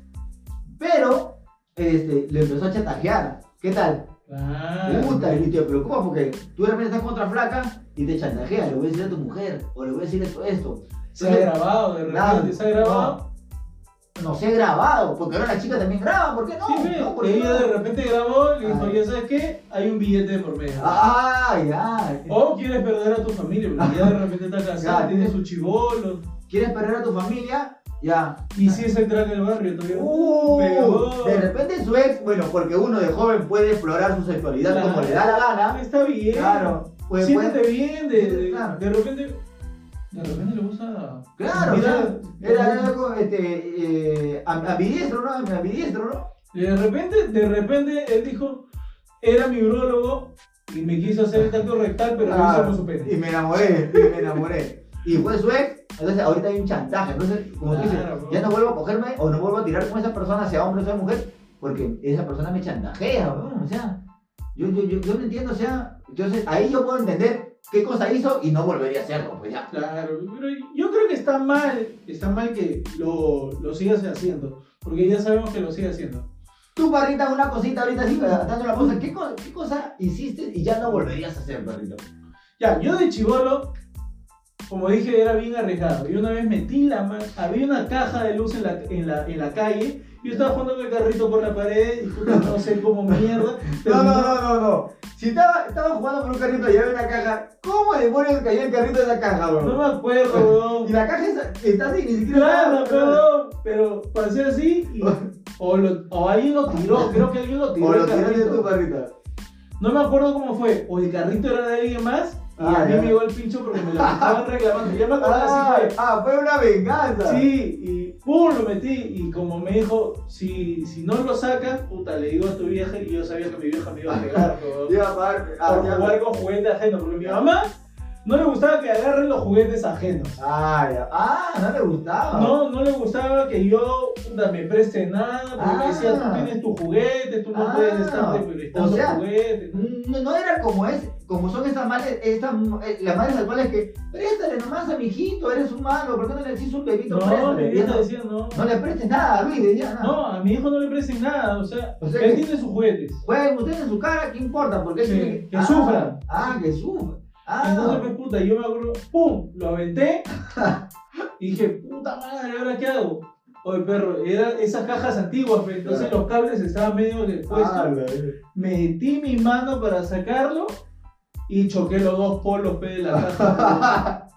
Speaker 1: pero este, le empezó a chantajear. ¿Qué tal?
Speaker 2: Ah,
Speaker 1: Puta, y te preocupa porque tú de repente estás con otra flaca y te chantajea, le voy a decir a tu mujer, o le voy a decir esto, esto.
Speaker 2: se ha grabado, de repente
Speaker 1: Claro,
Speaker 2: se ha grabado.
Speaker 1: No se ha grabado, porque ahora la chica también graba, ¿por qué no?
Speaker 2: Sí, ve,
Speaker 1: no, ¿por qué
Speaker 2: ella de
Speaker 1: no?
Speaker 2: repente grabó y le dijo,
Speaker 1: Ah.
Speaker 2: ya sabes qué, hay un billete de por medio.
Speaker 1: Ah, ya.
Speaker 2: O quieres perder a tu familia, porque ya de repente está casada,
Speaker 1: Ya.
Speaker 2: tiene su chivolo.
Speaker 1: ¿Quieres perder a tu familia? Ya.
Speaker 2: Y si es el crack del barrio todavía.
Speaker 1: Uh,
Speaker 2: Pero-
Speaker 1: de repente su ex, bueno, porque uno de joven puede explorar su sexualidad
Speaker 2: Claro.
Speaker 1: como le da la gana.
Speaker 2: Ah, Está bien.
Speaker 1: Claro, pues,
Speaker 2: Siéntete
Speaker 1: pues,
Speaker 2: bien. De, de,
Speaker 1: Claro.
Speaker 2: de repente. De repente le gusta.
Speaker 1: claro, o
Speaker 2: Mira,
Speaker 1: sea, era algo este, eh, am- ambidiestro, ¿no? Am- Ambidiestro, ¿no?
Speaker 2: De repente, de repente él dijo. Era mi urologo Y me quiso hacer el tacto rectal, pero
Speaker 1: Ah,
Speaker 2: lo hizo con su pene.
Speaker 1: Y me enamoré, y me enamoré. Y fue su ex, entonces ahorita hay un chantaje. Entonces, como tú dices,
Speaker 2: Claro, bro.
Speaker 1: ya no vuelvo a cogerme o no vuelvo a tirar con esa persona, sea hombre o sea mujer, porque esa persona me chantajea, weón, O sea, yo, yo, yo, yo no entiendo, o sea, entonces ahí yo puedo entender qué cosa hizo y no volvería a hacerlo, pues ya.
Speaker 2: Claro, pero yo creo que está mal, está mal que lo, lo sigas haciendo, porque ya sabemos que lo sigue haciendo.
Speaker 1: Tú, parrita, una cosita ahorita así, eh, dando la cosa, ¿qué, co- ¿qué cosa hiciste y ya no volverías a hacer, perrito?
Speaker 2: Ya, yo de chivolo, como dije, era bien arriesgado. Yo una vez metí la mano, había una caja de luz en la, en la, en la calle, yo estaba jugando con el carrito por la pared, y puta, no sé cómo mierda.
Speaker 1: No, no, no, no, no. Si estaba, estaba jugando con un carrito y había una caja, ¿cómo demonios cayó el carrito en la caja, bro?
Speaker 2: No me acuerdo, weón.
Speaker 1: Y la caja es- está así, ni siquiera.
Speaker 2: Claro, pero, pero pasé así y, o, lo- o alguien lo tiró, creo que alguien lo tiró.
Speaker 1: O
Speaker 2: el
Speaker 1: lo tiraste
Speaker 2: carrito.
Speaker 1: tú, parrita.
Speaker 2: No me acuerdo cómo fue, o el carrito era de alguien más, y
Speaker 1: Ah,
Speaker 2: a mí
Speaker 1: ya.
Speaker 2: me llegó el pincho porque me lo estaban reclamando. Ya me acordaba
Speaker 1: Ah,
Speaker 2: así
Speaker 1: ah, fue una
Speaker 2: fue.
Speaker 1: venganza.
Speaker 2: Sí, y pum, lo metí. Y como me dijo, si, si no lo sacas, puta, le digo a tu vieja. Y yo sabía que mi vieja me iba a pegar,
Speaker 1: Te
Speaker 2: weón,
Speaker 1: Iba a pagar. Ah,
Speaker 2: por
Speaker 1: ya.
Speaker 2: jugar con juguetes ajenos. Porque mi mamá no le gustaba que agarren los juguetes ajenos.
Speaker 1: Ah, ya. Ah, no le gustaba.
Speaker 2: No, no le gustaba que yo puta, me preste nada, porque
Speaker 1: Ah.
Speaker 2: me decía, tú tienes tu juguete, tú no
Speaker 1: Ah.
Speaker 2: puedes estarte prestando
Speaker 1: O sea,
Speaker 2: juguetes.
Speaker 1: No, no era como es, como son esas madres, esas, eh, las madres actuales que, préstale nomás a mi hijito, eres un malo, ¿por qué no le decís un bebito?
Speaker 2: No,
Speaker 1: préstale?"
Speaker 2: mi
Speaker 1: Ya
Speaker 2: vieja
Speaker 1: no,
Speaker 2: decía no.
Speaker 1: no le prestes nada, Luis, decía "Ah, nada.
Speaker 2: No, a mi hijo no le presten nada, o sea,
Speaker 1: O sea
Speaker 2: él
Speaker 1: que-
Speaker 2: tiene sus juguetes.
Speaker 1: Jueguen ustedes en su cara, ¿qué importa? Porque él
Speaker 2: Sí,
Speaker 1: tiene
Speaker 2: que sufran.
Speaker 1: Ah, que sufran. Ah,
Speaker 2: Entonces, pues, puta, yo me acuerdo, pum, lo aventé y dije, puta madre, ¿ahora qué hago? Oye, perro, eran esas cajas antiguas, pues, entonces
Speaker 1: Claro.
Speaker 2: los cables estaban medio despuestos.
Speaker 1: ah, la-
Speaker 2: Metí mi mano para sacarlo y choqué los dos polos, pe, de la caja.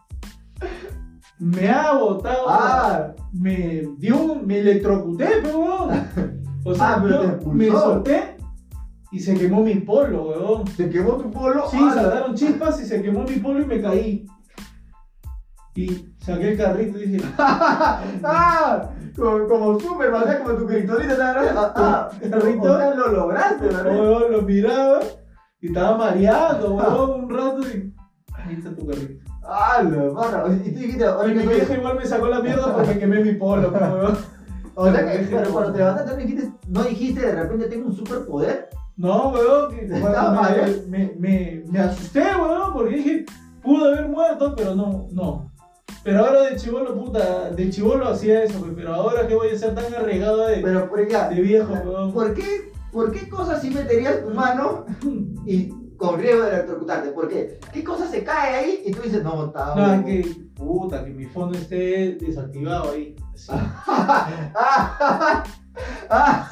Speaker 2: me ha botado,
Speaker 1: ah,
Speaker 2: me dio, un- me electrocuté, pe, weón. O sea,
Speaker 1: Ah, pero
Speaker 2: yo
Speaker 1: te expulsó.
Speaker 2: me solté y se quemó mi polo, weón.
Speaker 1: se quemó tu polo.
Speaker 2: Sí,
Speaker 1: Ah, la-
Speaker 2: saltaron chispas y se quemó mi polo y me caí. Y saqué el carrito y dije,
Speaker 1: ¡Ah! Como, como Superman, o sea, como tu criptonita, ¿sabes? Ah, ah,
Speaker 2: Carrito.
Speaker 1: o sea, lo lograste, ¿verdad?
Speaker 2: weón, lo miraba y estaba mareando, weón, un rato y. Ahí está tu carrito.
Speaker 1: ¡Ah, la barra! O sea, Y tú dijiste,
Speaker 2: Y
Speaker 1: ahora que
Speaker 2: mi vieja
Speaker 1: soy...
Speaker 2: igual me sacó la mierda porque quemé mi polo, pues, weón.
Speaker 1: O sea,
Speaker 2: mi
Speaker 1: que
Speaker 2: vieja
Speaker 1: pero
Speaker 2: no-
Speaker 1: cuando te levantaste no dijiste, no dijiste, de repente tengo un superpoder.
Speaker 2: No, weón, que
Speaker 1: Estaba
Speaker 2: cuando
Speaker 1: mareado.
Speaker 2: me, me, me, me asusté, weón, porque dije, pudo haber muerto, pero no, no. Pero ahora de chivolo, puta, de chivolo hacía eso, pues, pero ahora que voy a ser tan arriesgado de,
Speaker 1: Pero, por ya,
Speaker 2: de viejo, weón.
Speaker 1: ¿por qué, por qué cosas sí meterías tu mano y con riesgo de electrocutarte? ¿Por qué? ¿Qué cosa se cae ahí y tú dices, no, está
Speaker 2: No, es
Speaker 1: bien.
Speaker 2: que, puta, que mi fondo esté desactivado ahí. Sí.
Speaker 1: ah, ah,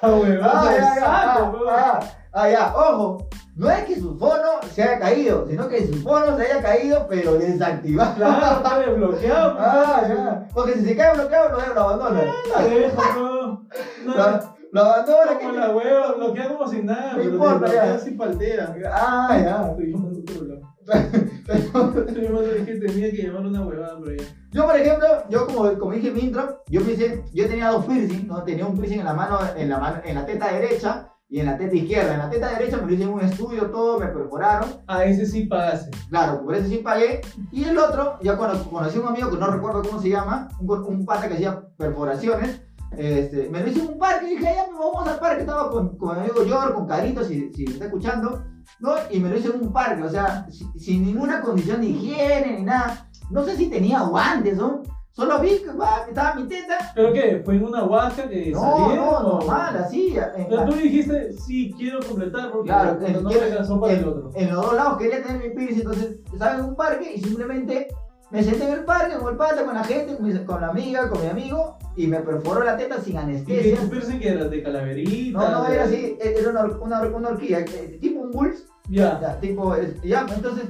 Speaker 2: Esa huevada
Speaker 1: ah,
Speaker 2: de
Speaker 1: ya, ya,
Speaker 2: saco,
Speaker 1: ah,
Speaker 2: huevón.
Speaker 1: ah, ah, ya, ojo. No es que su fono se haya caído, sino que su fono se haya caído, pero desactivado.
Speaker 2: Claro, está desbloqueado. pues,
Speaker 1: Ah,
Speaker 2: huevón.
Speaker 1: ya. Porque si se cae bloqueado, lo, lo abandona.
Speaker 2: La dejo, huevón. No, no,
Speaker 1: Lo, lo abandona.
Speaker 2: como
Speaker 1: ¿qué?
Speaker 2: la hueva, bloquea como sin nada. pues,
Speaker 1: No
Speaker 2: pero
Speaker 1: importa,
Speaker 2: desbloquea
Speaker 1: ya.
Speaker 2: sin paltea.
Speaker 1: Ah, ya.
Speaker 2: Estoy llamando a otro lado. Estoy llamando, es que tenía que llamar una huevada, pero ya.
Speaker 1: Yo, por ejemplo, yo como, como dije en mi intro, yo me hice- yo tenía dos piercing, ¿no? Tenía un piercing en la mano, en la mano, en la teta derecha y en la teta izquierda. En la teta derecha me lo hice en un estudio, todo, me perforaron.
Speaker 2: A ese sí pase.
Speaker 1: Claro, por eso sí pagué. Y el otro, ya cuando conocí a un amigo que no recuerdo cómo se llama, un, gor- un pata que hacía perforaciones, este, me lo hice en un parque y dije, ya pues, vamos al parque, estaba con, con mi amigo George, con Carito, si, si me está escuchando, ¿no? Y me lo hice en un parque, o sea, si- sin ninguna condición de higiene ni nada. No sé si tenía guantes, ¿no? Solo vi que guau, que estaba mi teta.
Speaker 2: ¿Pero qué? ¿Fue en una huasca que
Speaker 1: No,
Speaker 2: salieron?
Speaker 1: no,
Speaker 2: o-
Speaker 1: normal, así. en
Speaker 2: Pero
Speaker 1: la-
Speaker 2: tú dijiste, sí, quiero completar porque
Speaker 1: Claro,
Speaker 2: no me
Speaker 1: quiero-
Speaker 2: alcanzó para el otro.
Speaker 1: en los dos lados quería tener mi piercing, entonces estaba en un parque y simplemente me senté en el parque con el pata, con la gente, con, mi- con la amiga, con mi amigo y me perforó la teta sin
Speaker 2: ¿Y que
Speaker 1: anestesia.
Speaker 2: tu piercing que era de calaverita?
Speaker 1: No, no,
Speaker 2: de-
Speaker 1: era así, era una, hor- una, hor- una horquilla, eh, tipo un bulls,
Speaker 2: Ya.
Speaker 1: ya, tipo, es- ya, entonces,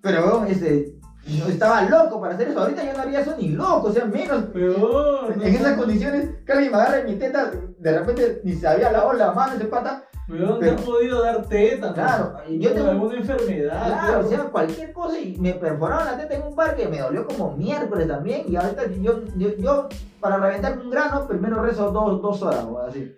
Speaker 1: pero weón, este, yo estaba loco para hacer eso, ahorita yo no haría eso ni loco, o sea, menos.
Speaker 2: Peor.
Speaker 1: En esas condiciones, Cali me agarra y mi teta, de repente ni se había lavado la mano ese pata.
Speaker 2: Peor, te
Speaker 1: Pero-
Speaker 2: has podido dar teta.
Speaker 1: Claro, yo
Speaker 2: Yo
Speaker 1: tengo
Speaker 2: alguna enfermedad.
Speaker 1: Claro,
Speaker 2: peor.
Speaker 1: o sea, cualquier cosa y me perforaron la teta en un parque, me dolió como miércoles también y ahorita yo, yo, yo, para reventarme un grano primero rezo dos, dos horas o así.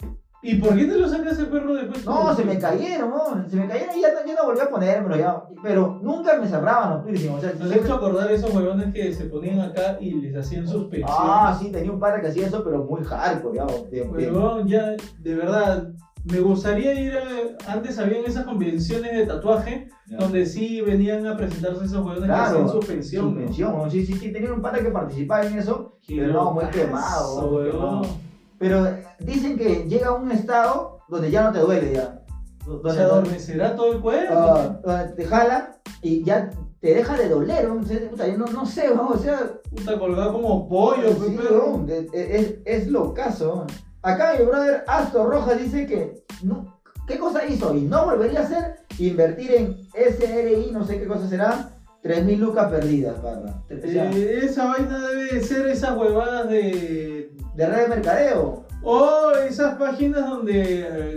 Speaker 2: ¿Y por qué te lo saca ese perro después?
Speaker 1: No, se me cayeron, no, se me cayeron y ya, no- ya no volví a ponérmelo ya. Pero nunca me cerraban los piercing, o sea,
Speaker 2: Nos has
Speaker 1: siempre-
Speaker 2: hecho acordar esos huevones que se ponían acá y les hacían suspensión.
Speaker 1: Ah, sí, tenía un padre que hacía eso, pero muy hardcore, ya. de- de-
Speaker 2: Huevón, ya, de verdad, me gustaría ir a... Antes habían esas convenciones de tatuaje
Speaker 1: Ya.
Speaker 2: donde sí venían a presentarse esos huevones que
Speaker 1: Claro,
Speaker 2: hacían suspensión. ¿no?
Speaker 1: Suspensión, ¿no? sí, sí, sí, tenía un padre que participaba en eso,
Speaker 2: Qué
Speaker 1: pero no, muy
Speaker 2: locazo,
Speaker 1: quemado, muy
Speaker 2: huevón.
Speaker 1: quemado. pero eh, dicen que llega a un estado donde ya no te duele ya.
Speaker 2: O
Speaker 1: Donde
Speaker 2: sea, adormecerá todo el cuerpo.
Speaker 1: ah, ah, te jala y ya te deja de doler, ¿no? O sea, puta, yo no, no sé, ¿no? o sea,
Speaker 2: Puta, colgado como pollo, pues,
Speaker 1: Sí,
Speaker 2: perro.
Speaker 1: weón, de- es, es locazo. Acá mi brother Astor Rojas dice que no, ¿qué cosa hizo? Y no volvería a hacer invertir en SRI, no sé qué cosa será, 3.000 lucas perdidas, parra. O sea,
Speaker 2: Eh, esa vaina debe ser esas huevadas de.
Speaker 1: de red de mercadeo.
Speaker 2: O esas páginas donde.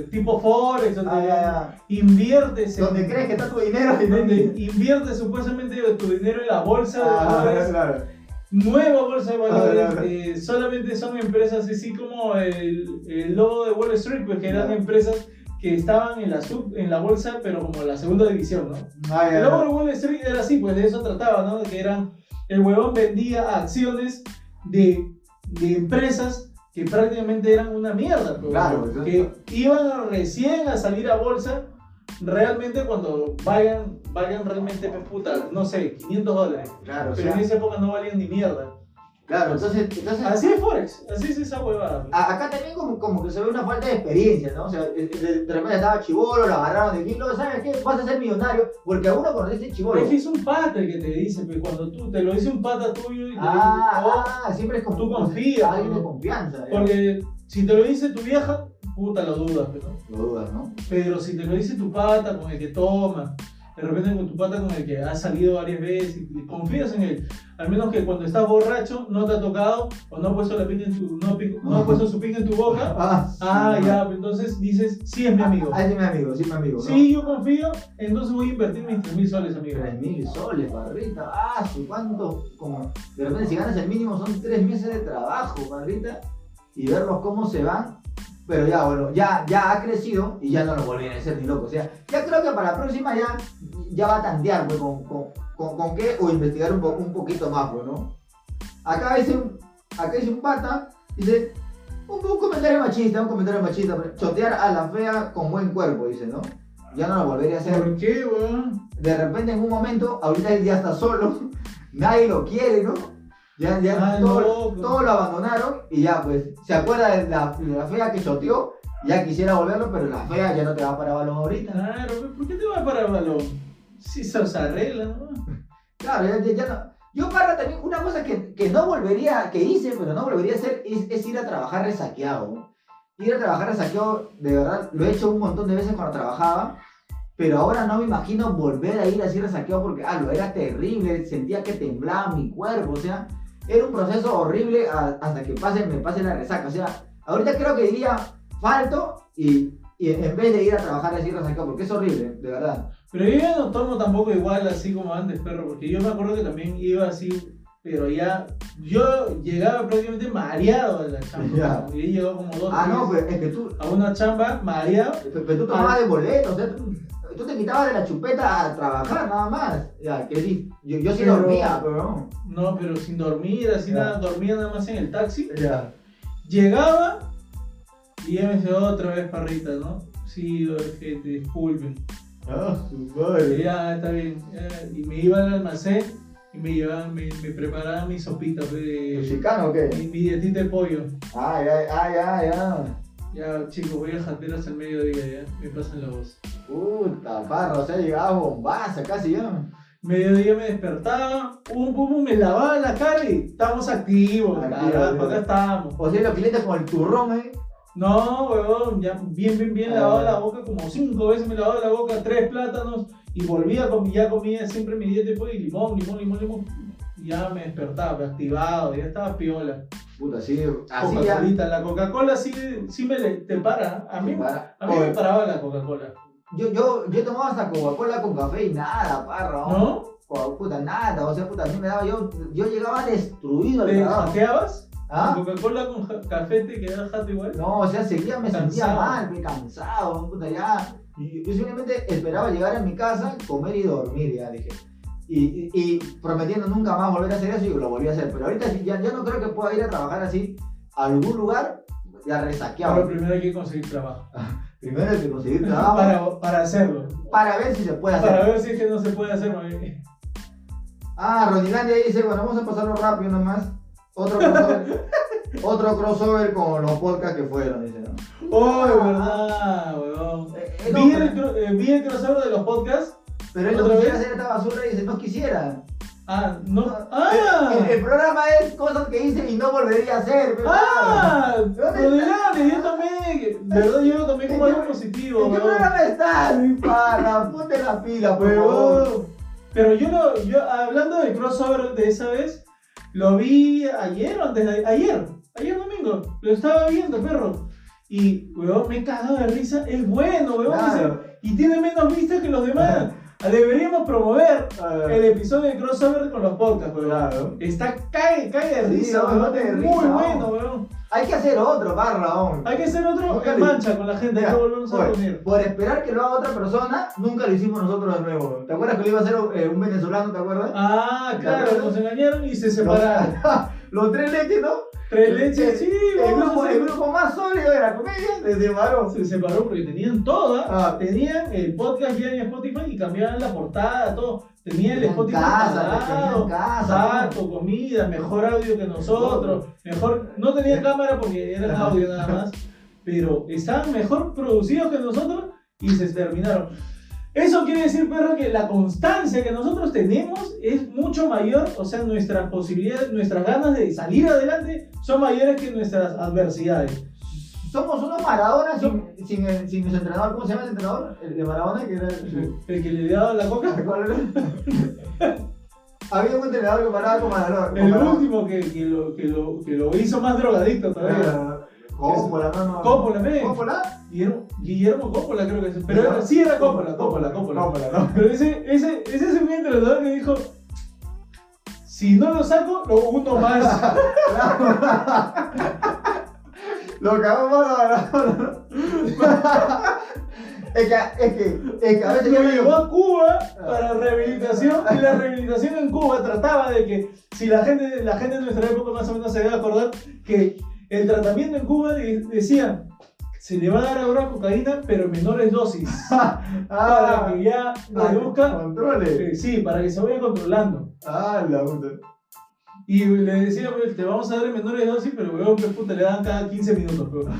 Speaker 2: eh, tipo Forex, donde
Speaker 1: Ah,
Speaker 2: inviertes. en-
Speaker 1: donde crees que está tu dinero y no
Speaker 2: Donde inviertes supuestamente tu dinero en la bolsa de
Speaker 1: Ah,
Speaker 2: valores,
Speaker 1: claro.
Speaker 2: nueva bolsa de valores,
Speaker 1: Ah, claro.
Speaker 2: eh, solamente son empresas así como el, el logo de Wall Street, pues que eran
Speaker 1: Claro.
Speaker 2: empresas que estaban en la, sub, en la bolsa, pero como en la segunda división, ¿no?
Speaker 1: Ah, ya,
Speaker 2: El
Speaker 1: ya.
Speaker 2: lobo de Wall Street era así, pues de eso trataba, ¿no? De que eran. El huevón vendía acciones de, de empresas que prácticamente eran una mierda, pues,
Speaker 1: Claro,
Speaker 2: huevón,
Speaker 1: pues,
Speaker 2: que iban recién a salir a bolsa realmente cuando valgan, valgan realmente, pues puta, no sé, 500 dólares.
Speaker 1: Claro, o
Speaker 2: Pero
Speaker 1: sea,
Speaker 2: en esa época no valían ni mierda.
Speaker 1: claro, entonces, entonces
Speaker 2: Así es Forex, así es esa huevada. pues.
Speaker 1: A- Acá también como, como que se ve una falta de experiencia, ¿no? O sea, de, de- de repente estaba chivolo, lo agarraron de kilo, ¿sabes qué? Vas a ser millonario, porque a uno cuando dice chivolo.
Speaker 2: Es que es un pata el que te dice, pues cuando tú te lo dice un pata tuyo y te dice, "Oh,
Speaker 1: Ah, ah, siempre es como
Speaker 2: Tú
Speaker 1: como-
Speaker 2: confías,
Speaker 1: alguien
Speaker 2: ¿no?
Speaker 1: de confianza. ¿eh?
Speaker 2: Porque si te lo dice tu vieja, puta lo dudas, pues, ¿no?
Speaker 1: Lo dudas, ¿no?
Speaker 2: Pero si te lo dice tu pata con el que toma, de repente con tu pata con el que has salido varias veces y y confías en él, al menos que cuando estás borracho no te ha tocado o no ha puesto, la pinga en tu, no, ha pi- no ha puesto su pinga en tu boca,
Speaker 1: Ah,
Speaker 2: ah, ya, pues, entonces dices, sí es mi amigo.
Speaker 1: Ah, sí, mi amigo, sí, mi amigo. ¿no?
Speaker 2: Sí, yo confío, entonces voy a invertir mis 3 mil soles, amigo.
Speaker 1: 3 mil soles, barrita. Ah, su cuánto. Como, de repente, si ganas el mínimo, son 3 meses de trabajo, barrita. Y verlos cómo se van. Pero ya, bueno, ya, ya ha crecido y ya no lo volvieron a hacer ni loco. O sea, ya creo que para la próxima ya, ya va a tantear, pues, con, con, con, con qué o investigar un, po- un poquito más, pues, ¿no? Acá dice, un- acá dice un pata, dice, un, un comentario machista, un comentario machista, pero chotear a la fea con buen cuerpo, dice, ¿no? Ya no lo volvería a hacer.
Speaker 2: ¿Por qué, weón?
Speaker 1: De repente en un momento, ahorita él ya está solo, nadie lo quiere, ¿no? Ya, ya
Speaker 2: Ah,
Speaker 1: todo,
Speaker 2: loco.
Speaker 1: todo lo abandonaron y ya pues, ¿se acuerda de la, de la fea que choteó? Ya quisiera volverlo, pero la fea ya no te va para balón ahorita.
Speaker 2: Claro, pues, ¿por qué te vas para el balón? Si se se arregla, ¿no?
Speaker 1: Claro, ya, ya, ya no. Yo para también una cosa que, que no volvería, que hice, pero no volvería a hacer, es, es ir a trabajar resaqueado. Ir a trabajar resaqueado, de verdad, lo he hecho un montón de veces cuando trabajaba, pero ahora no me imagino volver a ir así resaqueado porque, ah, lo era terrible, sentía que temblaba mi cuerpo, o sea, era un proceso horrible a- hasta que pase, me pase la resaca, o sea, ahorita creo que diría falto y, y en vez de ir a trabajar así resaqueado, porque es horrible, de verdad.
Speaker 2: Pero yo ya no tomo tampoco igual así como antes, perro, porque yo me acuerdo que también iba así, pero ya yo llegaba prácticamente mareado a la chamba.
Speaker 1: Ya.
Speaker 2: Yo he llegado como dos
Speaker 1: Ah, no,
Speaker 2: veces
Speaker 1: pero es que tú,
Speaker 2: a una chamba mareado.
Speaker 1: Pero pero tú tomabas de boleto, o sea, tú, tú te quitabas de la chupeta a trabajar nada más. Ya, que sí, yo, yo sí
Speaker 2: Pero- Ah,
Speaker 1: dormía, pero no.
Speaker 2: No, pero sin dormir, así
Speaker 1: Ya.
Speaker 2: nada, dormía nada más en el taxi.
Speaker 1: Ya.
Speaker 2: Llegaba y ya me decía otra vez parrita, ¿no? Sí, oye, gente, disculpen.
Speaker 1: Ah, su
Speaker 2: Y
Speaker 1: madre.
Speaker 2: Ya, está bien. ya, Y me iba al almacén y me, llevaban, me, me preparaban mi sopita, pues, de-
Speaker 1: ¿Mexicano o qué?
Speaker 2: mi, mi dietita de pollo.
Speaker 1: Ay, ay, ay, ay, ay.
Speaker 2: Ya, chicos, voy a jantear hasta el mediodía, ya. Me pasan la voz.
Speaker 1: Puta, parra, o sea, llegaba bombaza casi ya.
Speaker 2: Mediodía me despertaba, pum, pum, pum, me lavaba la cara y estamos activos,
Speaker 1: Activos,
Speaker 2: carajo,
Speaker 1: activos.
Speaker 2: acá estamos.
Speaker 1: O sea, los clientes con el turrón, ¿eh?
Speaker 2: No, huevón, ya bien, bien, bien
Speaker 1: Ah.
Speaker 2: lavaba la boca, como cinco veces me lavaba la boca, tres plátanos y volvía a comer, ya comía siempre mi dieta de pollo y limón, limón, limón, limón. Y ya me despertaba, pues, activado, ya estaba piola.
Speaker 1: Puta, sí, así ya.
Speaker 2: Coca-Colita, la Coca-Cola sí, sí me le- te para, a mí,
Speaker 1: Para-
Speaker 2: a mí me paraba la Coca-Cola,
Speaker 1: Yo, yo, yo tomaba hasta Coca-Cola con café y nada, parra. ¿no?
Speaker 2: ¿no?
Speaker 1: Puta, nada, o sea, puta, a mí me daba, yo, yo llegaba destruido al
Speaker 2: ¿Te
Speaker 1: trabajo.
Speaker 2: janteabas?
Speaker 1: Ah, ¿Ah?
Speaker 2: Coca-Cola con ja- café te queda jato igual.
Speaker 1: No, o sea, seguía, me sentía
Speaker 2: Cansado.
Speaker 1: mal, me cansado, puta, ya. Y yo simplemente esperaba llegar a mi casa, comer y dormir, ya dije. Y, y- y prometiendo nunca más volver a hacer eso, y lo volví a hacer. Pero ahorita sí, ya, ya no creo que pueda ir a trabajar así a algún lugar, pues, ya
Speaker 2: Pero
Speaker 1: resaqueado.
Speaker 2: primero hay que conseguir trabajo.
Speaker 1: Primero hay que conseguir trabajo para,
Speaker 2: Para, para hacerlo.
Speaker 1: ver si se puede hacer.
Speaker 2: Para ver si es que no se puede hacer, mami.
Speaker 1: Ah, Ronilandia dice, bueno, vamos a pasarlo rápido nomás. Otro crossover, otro crossover con los podcasts que fueron, dice, ¿no?
Speaker 2: Oh, de verdad, weón.
Speaker 1: Eh, eh, no,
Speaker 2: Vi el,
Speaker 1: pero-
Speaker 2: cro- eh, vi el crossover de los podcasts.
Speaker 1: pero él no
Speaker 2: ¿Otra
Speaker 1: quisiera
Speaker 2: vez?
Speaker 1: hacer esta basura y dice, no quisiera.
Speaker 2: Ah, no.
Speaker 1: El, el
Speaker 2: ¡Ah!
Speaker 1: programa es cosas que hice y no volvería a hacer. pero-
Speaker 2: ¡Ah!
Speaker 1: ¿Dónde
Speaker 2: Lo de
Speaker 1: está?
Speaker 2: Lali, yo también. De verdad, yo lo tomé como algo positivo,
Speaker 1: ¿En qué
Speaker 2: weón.
Speaker 1: programa estás, mi pana? Ponte la pila, por favor.
Speaker 2: Huevón. Pero yo lo, yo hablando del crossover de esa vez, lo vi ayer o antes de ayer, ayer domingo, lo estaba viendo, perro. Y huevón, me he cagado de risa, es bueno, huevón,
Speaker 1: Claro.
Speaker 2: dice, y tiene menos vistas que los demás. Deberíamos promover el
Speaker 1: Eh,
Speaker 2: episodio de crossover con los podcasts, huevón.
Speaker 1: Claro.
Speaker 2: Está cae, cae de
Speaker 1: Sí,
Speaker 2: risa,
Speaker 1: no,
Speaker 2: huevón,
Speaker 1: no te
Speaker 2: es
Speaker 1: risa,
Speaker 2: muy
Speaker 1: no.
Speaker 2: bueno, huevón.
Speaker 1: Hay que hacer otro, barra, hombre.
Speaker 2: Hay que hacer otro
Speaker 1: Ojalá.
Speaker 2: en mancha con la gente,
Speaker 1: Mira,
Speaker 2: no volvemos a
Speaker 1: oye,
Speaker 2: reunir.
Speaker 1: Por esperar que lo haga otra persona, nunca lo hicimos nosotros de nuevo. ¿Te acuerdas que lo iba a hacer eh, un venezolano, te acuerdas?
Speaker 2: Ah, claro, nos engañaron y se
Speaker 1: Los-
Speaker 2: separaron.
Speaker 1: Los tres leches, ¿no?
Speaker 2: Tres leches, sí,
Speaker 1: El
Speaker 2: vamos a
Speaker 1: grupo,
Speaker 2: hacer-
Speaker 1: el grupo más sólido de la comedia se separó.
Speaker 2: se separó porque tenían toda.
Speaker 1: Ah,
Speaker 2: Tenían el podcast ya en Spotify y cambiaban la portada, todo. Tenían el
Speaker 1: tenían
Speaker 2: Spotify
Speaker 1: Ah,
Speaker 2: Ah.
Speaker 1: casa, tenían
Speaker 2: pagado,
Speaker 1: casa.
Speaker 2: saco, comida, mejor audio que nosotros. Mejor, no tenían cámara porque era
Speaker 1: Ajá.
Speaker 2: audio nada más. Pero estaban mejor producidos que nosotros y se terminaron. Eso quiere decir, perro, que la constancia que nosotros tenemos es mucho mayor, o sea, nuestras posibilidades, nuestras ganas de salir adelante son mayores que nuestras adversidades.
Speaker 1: Somos unos Maradona sin, sin, el- sin su entrenador. ¿Cómo se llama el entrenador? El de Maradona, que era. el-
Speaker 2: El que le daba la coca.
Speaker 1: ¿Cuál era? Había un entrenador que paraba con Maradona. con
Speaker 2: El
Speaker 1: Maradona.
Speaker 2: último que, que lo, que, lo, que lo hizo más drogadicto todavía.
Speaker 1: Era Coppola, no, no.
Speaker 2: eh. Coppola, ¿ves?
Speaker 1: Coppola.
Speaker 2: Guillermo, Guillermo Coppola creo que es. Pero era- sí era Coppola, Coppola, Coppola.
Speaker 1: Coppola, ¿no?
Speaker 2: Pero ese, ese, ese es un entrenador que dijo, si no lo saco, lo uno más.
Speaker 1: Lo cagó Maradona. Es que, es que, es que a veces
Speaker 2: lo
Speaker 1: yo me
Speaker 2: llevó a Cuba para rehabilitación y la rehabilitación en Cuba trataba de que, si la gente, la gente de nuestra época más o menos se debe acordar, que el tratamiento en Cuba de- decía, se le va a dar ahora cocaína, pero en menores dosis. para que ya reduzca.
Speaker 1: "Ah, Controle.
Speaker 2: eh, Sí, para que se vaya controlando.
Speaker 1: Ah, la puta.
Speaker 2: Y le decía, pues, te vamos a dar en menores dosis, pero weón, que puta, le dan cada 15 minutos, weón.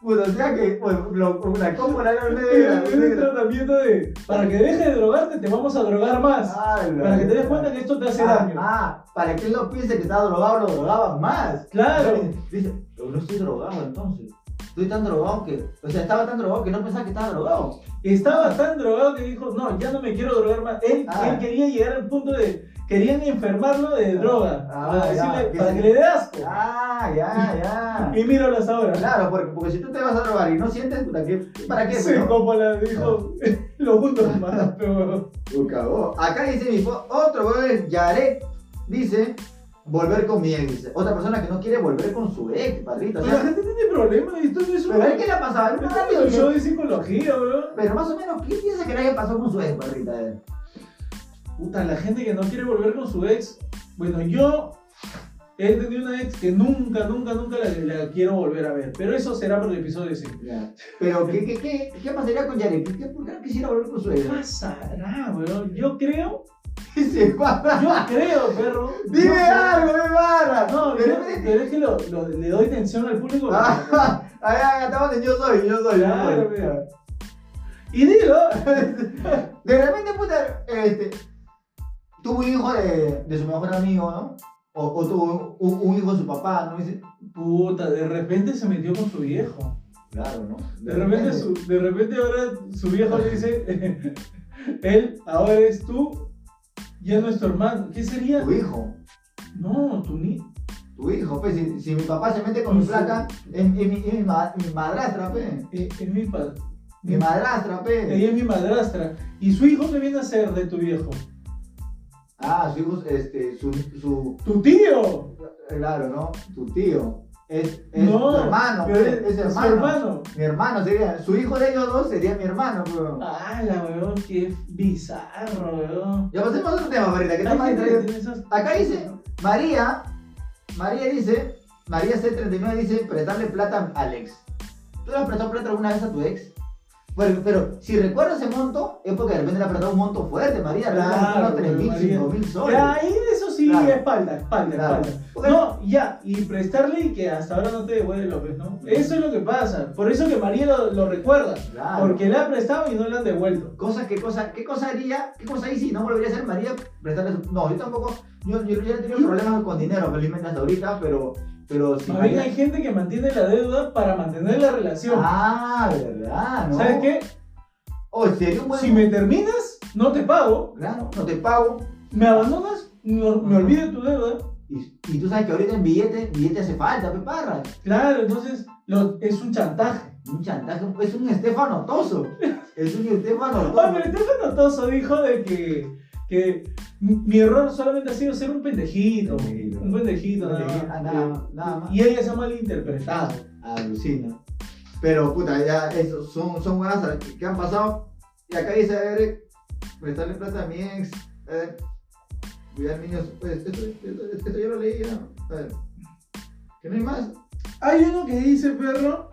Speaker 1: Puta, o sea que, bueno, lo, una cómoda era negra,
Speaker 2: Es un
Speaker 1: negra.
Speaker 2: tratamiento de, para que deje de drogarte, te vamos a drogar más.
Speaker 1: Ah, la
Speaker 2: Para que te des
Speaker 1: puta.
Speaker 2: cuenta que esto te hace
Speaker 1: Ah,
Speaker 2: daño.
Speaker 1: ah, para que él no piense que estaba drogado, lo drogaban más.
Speaker 2: Claro.
Speaker 1: Dice, pero no estoy drogado entonces. Estoy tan drogado que, o sea, estaba tan drogado que no pensaba que estaba drogado.
Speaker 2: Estaba tan drogado que dijo, no, ya no me quiero drogar más. Él,
Speaker 1: Ah.
Speaker 2: él quería llegar al punto de, querían enfermarlo de droga.
Speaker 1: Ah,
Speaker 2: para,
Speaker 1: ya,
Speaker 2: decirle-
Speaker 1: que
Speaker 2: para
Speaker 1: se-
Speaker 2: que le dé asco.
Speaker 1: Ah, ya, ya.
Speaker 2: Y míralo hasta ahora.
Speaker 1: Claro, porque, porque si tú te vas a drogar y no sientes, puta, ¿qué- ¿para qué?
Speaker 2: Sí,
Speaker 1: pues, no?
Speaker 2: como la dijo,
Speaker 1: Ah.
Speaker 2: lo junto más, pero
Speaker 1: Lo cagó. Acá dice mi po- otro weón es Yaret. Dice volver con mi ex. Dice, Otra persona que no quiere volver con su ex, padrito. O
Speaker 2: pero la
Speaker 1: sea,
Speaker 2: gente tiene problemas, esto no es un,
Speaker 1: pero a él que le ha pasado. Él
Speaker 2: esto
Speaker 1: no
Speaker 2: no
Speaker 1: ha
Speaker 2: es un
Speaker 1: tenido-
Speaker 2: show de psicología, bro.
Speaker 1: Pero más o menos, ¿qué piensa que le haya pasado con su ex, parrita? Eh,
Speaker 2: Puta, la gente que no quiere volver con su ex, bueno, yo he tenido una ex que nunca, nunca, nunca la, la quiero volver a ver, pero eso será por el episodio 5.
Speaker 1: ya. Pero, ¿qué, qué, qué, qué pasaría con Yaret? ¿Qué, qué, ¿Por qué no quisiera volver con su
Speaker 2: ¿Qué
Speaker 1: ex?
Speaker 2: pasará, bro? Yo creo,
Speaker 1: ¿Qué se pasa?
Speaker 2: yo creo, perro.
Speaker 1: ¡Dime
Speaker 2: No sé.
Speaker 1: algo, mi barra!
Speaker 2: No,
Speaker 1: pero,
Speaker 2: yo- pero es que lo, lo- le doy tensión al público.
Speaker 1: Ah, ah, ya, estamos en yo soy, yo soy. yo
Speaker 2: Claro,
Speaker 1: soy.
Speaker 2: mira. Y dilo.
Speaker 1: De repente, puta, este, tuvo un hijo de, de su mejor amigo, ¿no? O, o tuvo un, un hijo de su papá, ¿no? Y dice,
Speaker 2: Puta, de repente se metió con su viejo.
Speaker 1: claro, ¿no?
Speaker 2: De repente, su, de repente ahora su viejo le dice, él, ahora eres tú, ya no es tu hermano. ¿Qué sería?
Speaker 1: Tu hijo,
Speaker 2: No, tu ni...
Speaker 1: tu hijo, pues, si, si mi papá se mete con mi
Speaker 2: Sí.
Speaker 1: placa, es, es mi, es mi ma- mi madrastra, pe.
Speaker 2: eh, Es, mi padre.
Speaker 1: Mi madrastra, pues. pe.
Speaker 2: Ella es mi madrastra. ¿Y su hijo qué viene a ser de tu viejo?
Speaker 1: Ah, su hijo, este, su, su,
Speaker 2: ¡Tu tío!
Speaker 1: claro, ¿no? Tu tío. Es, es
Speaker 2: No,
Speaker 1: tu hermano,
Speaker 2: pero
Speaker 1: pues, es, hermano.
Speaker 2: su hermano.
Speaker 1: Mi hermano sería, su hijo de ellos dos sería mi hermano, pues. weón.
Speaker 2: ¡Hala, weón! ¡Qué bizarro, weón!
Speaker 1: Ya pasemos a otro tema, Marita, que está más interesante. Acá dice- María, María dice, María C39 dice, prestarle plata al ex. ¿Tú le has prestado plata alguna vez a tu ex? Bueno, pero si recuerdas ese monto, es porque de repente le has prestado un monto fuerte, María. Le has
Speaker 2: Claro,
Speaker 1: prestado 3 mil,
Speaker 2: María.
Speaker 1: 5 mil soles.
Speaker 2: Ya, ahí eso sí,
Speaker 1: Claro.
Speaker 2: espalda, espalda,
Speaker 1: Claro. Pues,
Speaker 2: espalda.
Speaker 1: Porque-
Speaker 2: No, ya, y prestarle y que hasta ahora no te devuelve lo que, ¿no? Eso es lo que pasa. Por eso que María lo, lo recuerda.
Speaker 1: Claro.
Speaker 2: Porque le ha prestado y no le han devuelto.
Speaker 1: Cosas, ¿qué cosa, qué cosa haría? ¿Qué cosa hice? No volvería a hacer María prestarle su... No, yo tampoco... Yo, yo ya he tenido problemas con dinero, felizmente hasta ahorita, pero... Pero si
Speaker 2: Más bien
Speaker 1: María...
Speaker 2: hay gente que mantiene la deuda para mantener la relación.
Speaker 1: Ah, verdad, ¿no?
Speaker 2: ¿Sabes qué?
Speaker 1: Oh, sería un buen...
Speaker 2: Pues, Si me terminas, no te pago.
Speaker 1: Claro, no te pago.
Speaker 2: Me abandonas, no- me
Speaker 1: Ajá.
Speaker 2: olvido de tu deuda.
Speaker 1: Y, y tú sabes que ahorita en billete, billete hace falta, pe parra.
Speaker 2: Claro, entonces lo- es un chantaje.
Speaker 1: Un chantaje, es un Estefano Toso. Es un Estefano
Speaker 2: Oye, pero
Speaker 1: Toso.
Speaker 2: Estefano Toso dijo de que, que mi mi error solamente ha sido ser un pendejito.
Speaker 1: Pendejito.
Speaker 2: Un pendejito, nada más. Eh,
Speaker 1: Ah, nada más, nada más.
Speaker 2: Y ella se ha malinterpretado.
Speaker 1: Alucina. Pero puta, ya eso, son, son buenas a- que han pasado. Y acá dice, a ver, prestarle plata a mi ex. A ver, cuidar niños. Pues, esto, esto, esto yo lo leí ya. A ver. ¿Que no hay más?
Speaker 2: Hay uno que dice, perro,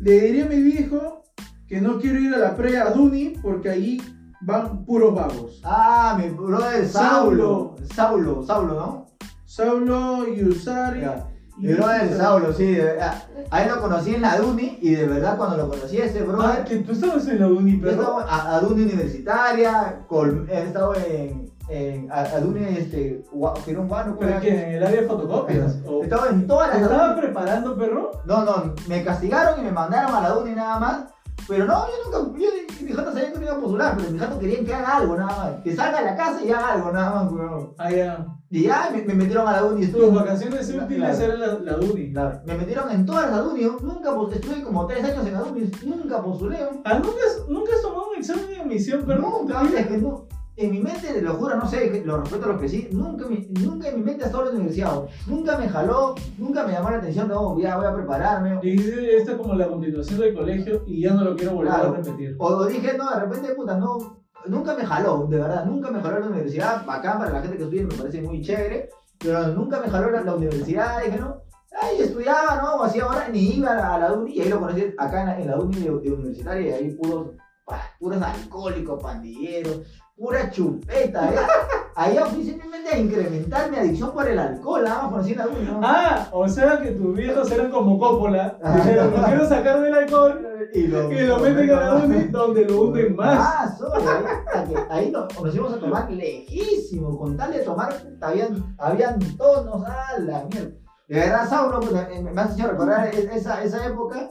Speaker 2: le diría a mi viejo que no quiero ir a la pre a Duni porque ahí van puros vagos.
Speaker 1: Ah, mi brother Saulo. Saulo, Saulo, ¿no?
Speaker 2: Saulo Yusari.
Speaker 1: Ya. Mi brother Saulo, sí, de verdad. Ahí lo conocí en la Duni y de verdad cuando lo conocí a ese
Speaker 2: Ah,
Speaker 1: brother,
Speaker 2: que tú estabas en la Duni,
Speaker 1: yo
Speaker 2: perro.
Speaker 1: estaba a, a Duni Universitaria, col- he estado en, en a, a Duni, este, Gua- Girón Guano, ¿cómo
Speaker 2: ¿Pero
Speaker 1: era?
Speaker 2: qué? ¿En el área de fotocopias? ¿O
Speaker 1: He estado en todas
Speaker 2: ¿Te
Speaker 1: las
Speaker 2: estabas preparando, perro?
Speaker 1: No, no, me castigaron y me mandaron a la Duni nada más. Pero no, yo nunca, yo, mi jato sabía que no iba a postular, pero mi jato querían que haga algo nada más. Que salga de la casa y haga algo nada más, weón.
Speaker 2: Ah, ya.
Speaker 1: Y ya me, me metieron a la Duni y estuve
Speaker 2: Tus vacaciones útiles
Speaker 1: Claro.
Speaker 2: eran la, la Duni.
Speaker 1: Claro, Me metieron en todas las Adunio, nunca postulé, estuve como tres años en Adunio, nunca postulé. ¿no?
Speaker 2: Ah, ¿nunca, has- nunca has tomado un examen de admisión, perro?
Speaker 1: Nunca, o sea, es que no. En mi mente, lo juro, no sé, que- lo respeto a los que sí, nunca, mi- nunca en mi mente ha estado la universidad. Nunca me jaló, nunca me llamó la atención, no, ya voy a prepararme.
Speaker 2: Y dice, esta es como la continuación del colegio y ya no lo quiero volver
Speaker 1: Claro.
Speaker 2: a repetir.
Speaker 1: O, o dije, no, de repente, puta, no, nunca me jaló, de verdad, nunca me jaló la universidad, bacán para la gente que estudia, me parece muy chévere, pero nunca me jaló la, la universidad, dije, no, ay, estudiaba, no, o hacía ahora, ni iba a la, a la uni, y ahí lo conocí acá en la, en la uni de, de universitaria, y ahí puros, pa- puros alcohólicos, pandilleros, pura chupeta, ¿eh? Allá fui simplemente a incrementar mi adicción por el alcohol, nada más conocí en la uni, ¿no?
Speaker 2: Ah, o sea que tus viejos eran como Coppola.
Speaker 1: Ah.
Speaker 2: Dijeron, "Lo quiero sacar del alcohol
Speaker 1: Y
Speaker 2: y lo meten a la uni donde lo hunden más.
Speaker 1: Ah, sobre, ahí, hasta que ahí nos, nos íbamos a tomar lejísimo. Con tal de tomar, puta, habían, habían tonos a la mierda. De verdad, Saulo, puta, eh, me has hecho recordar es- esa, esa época.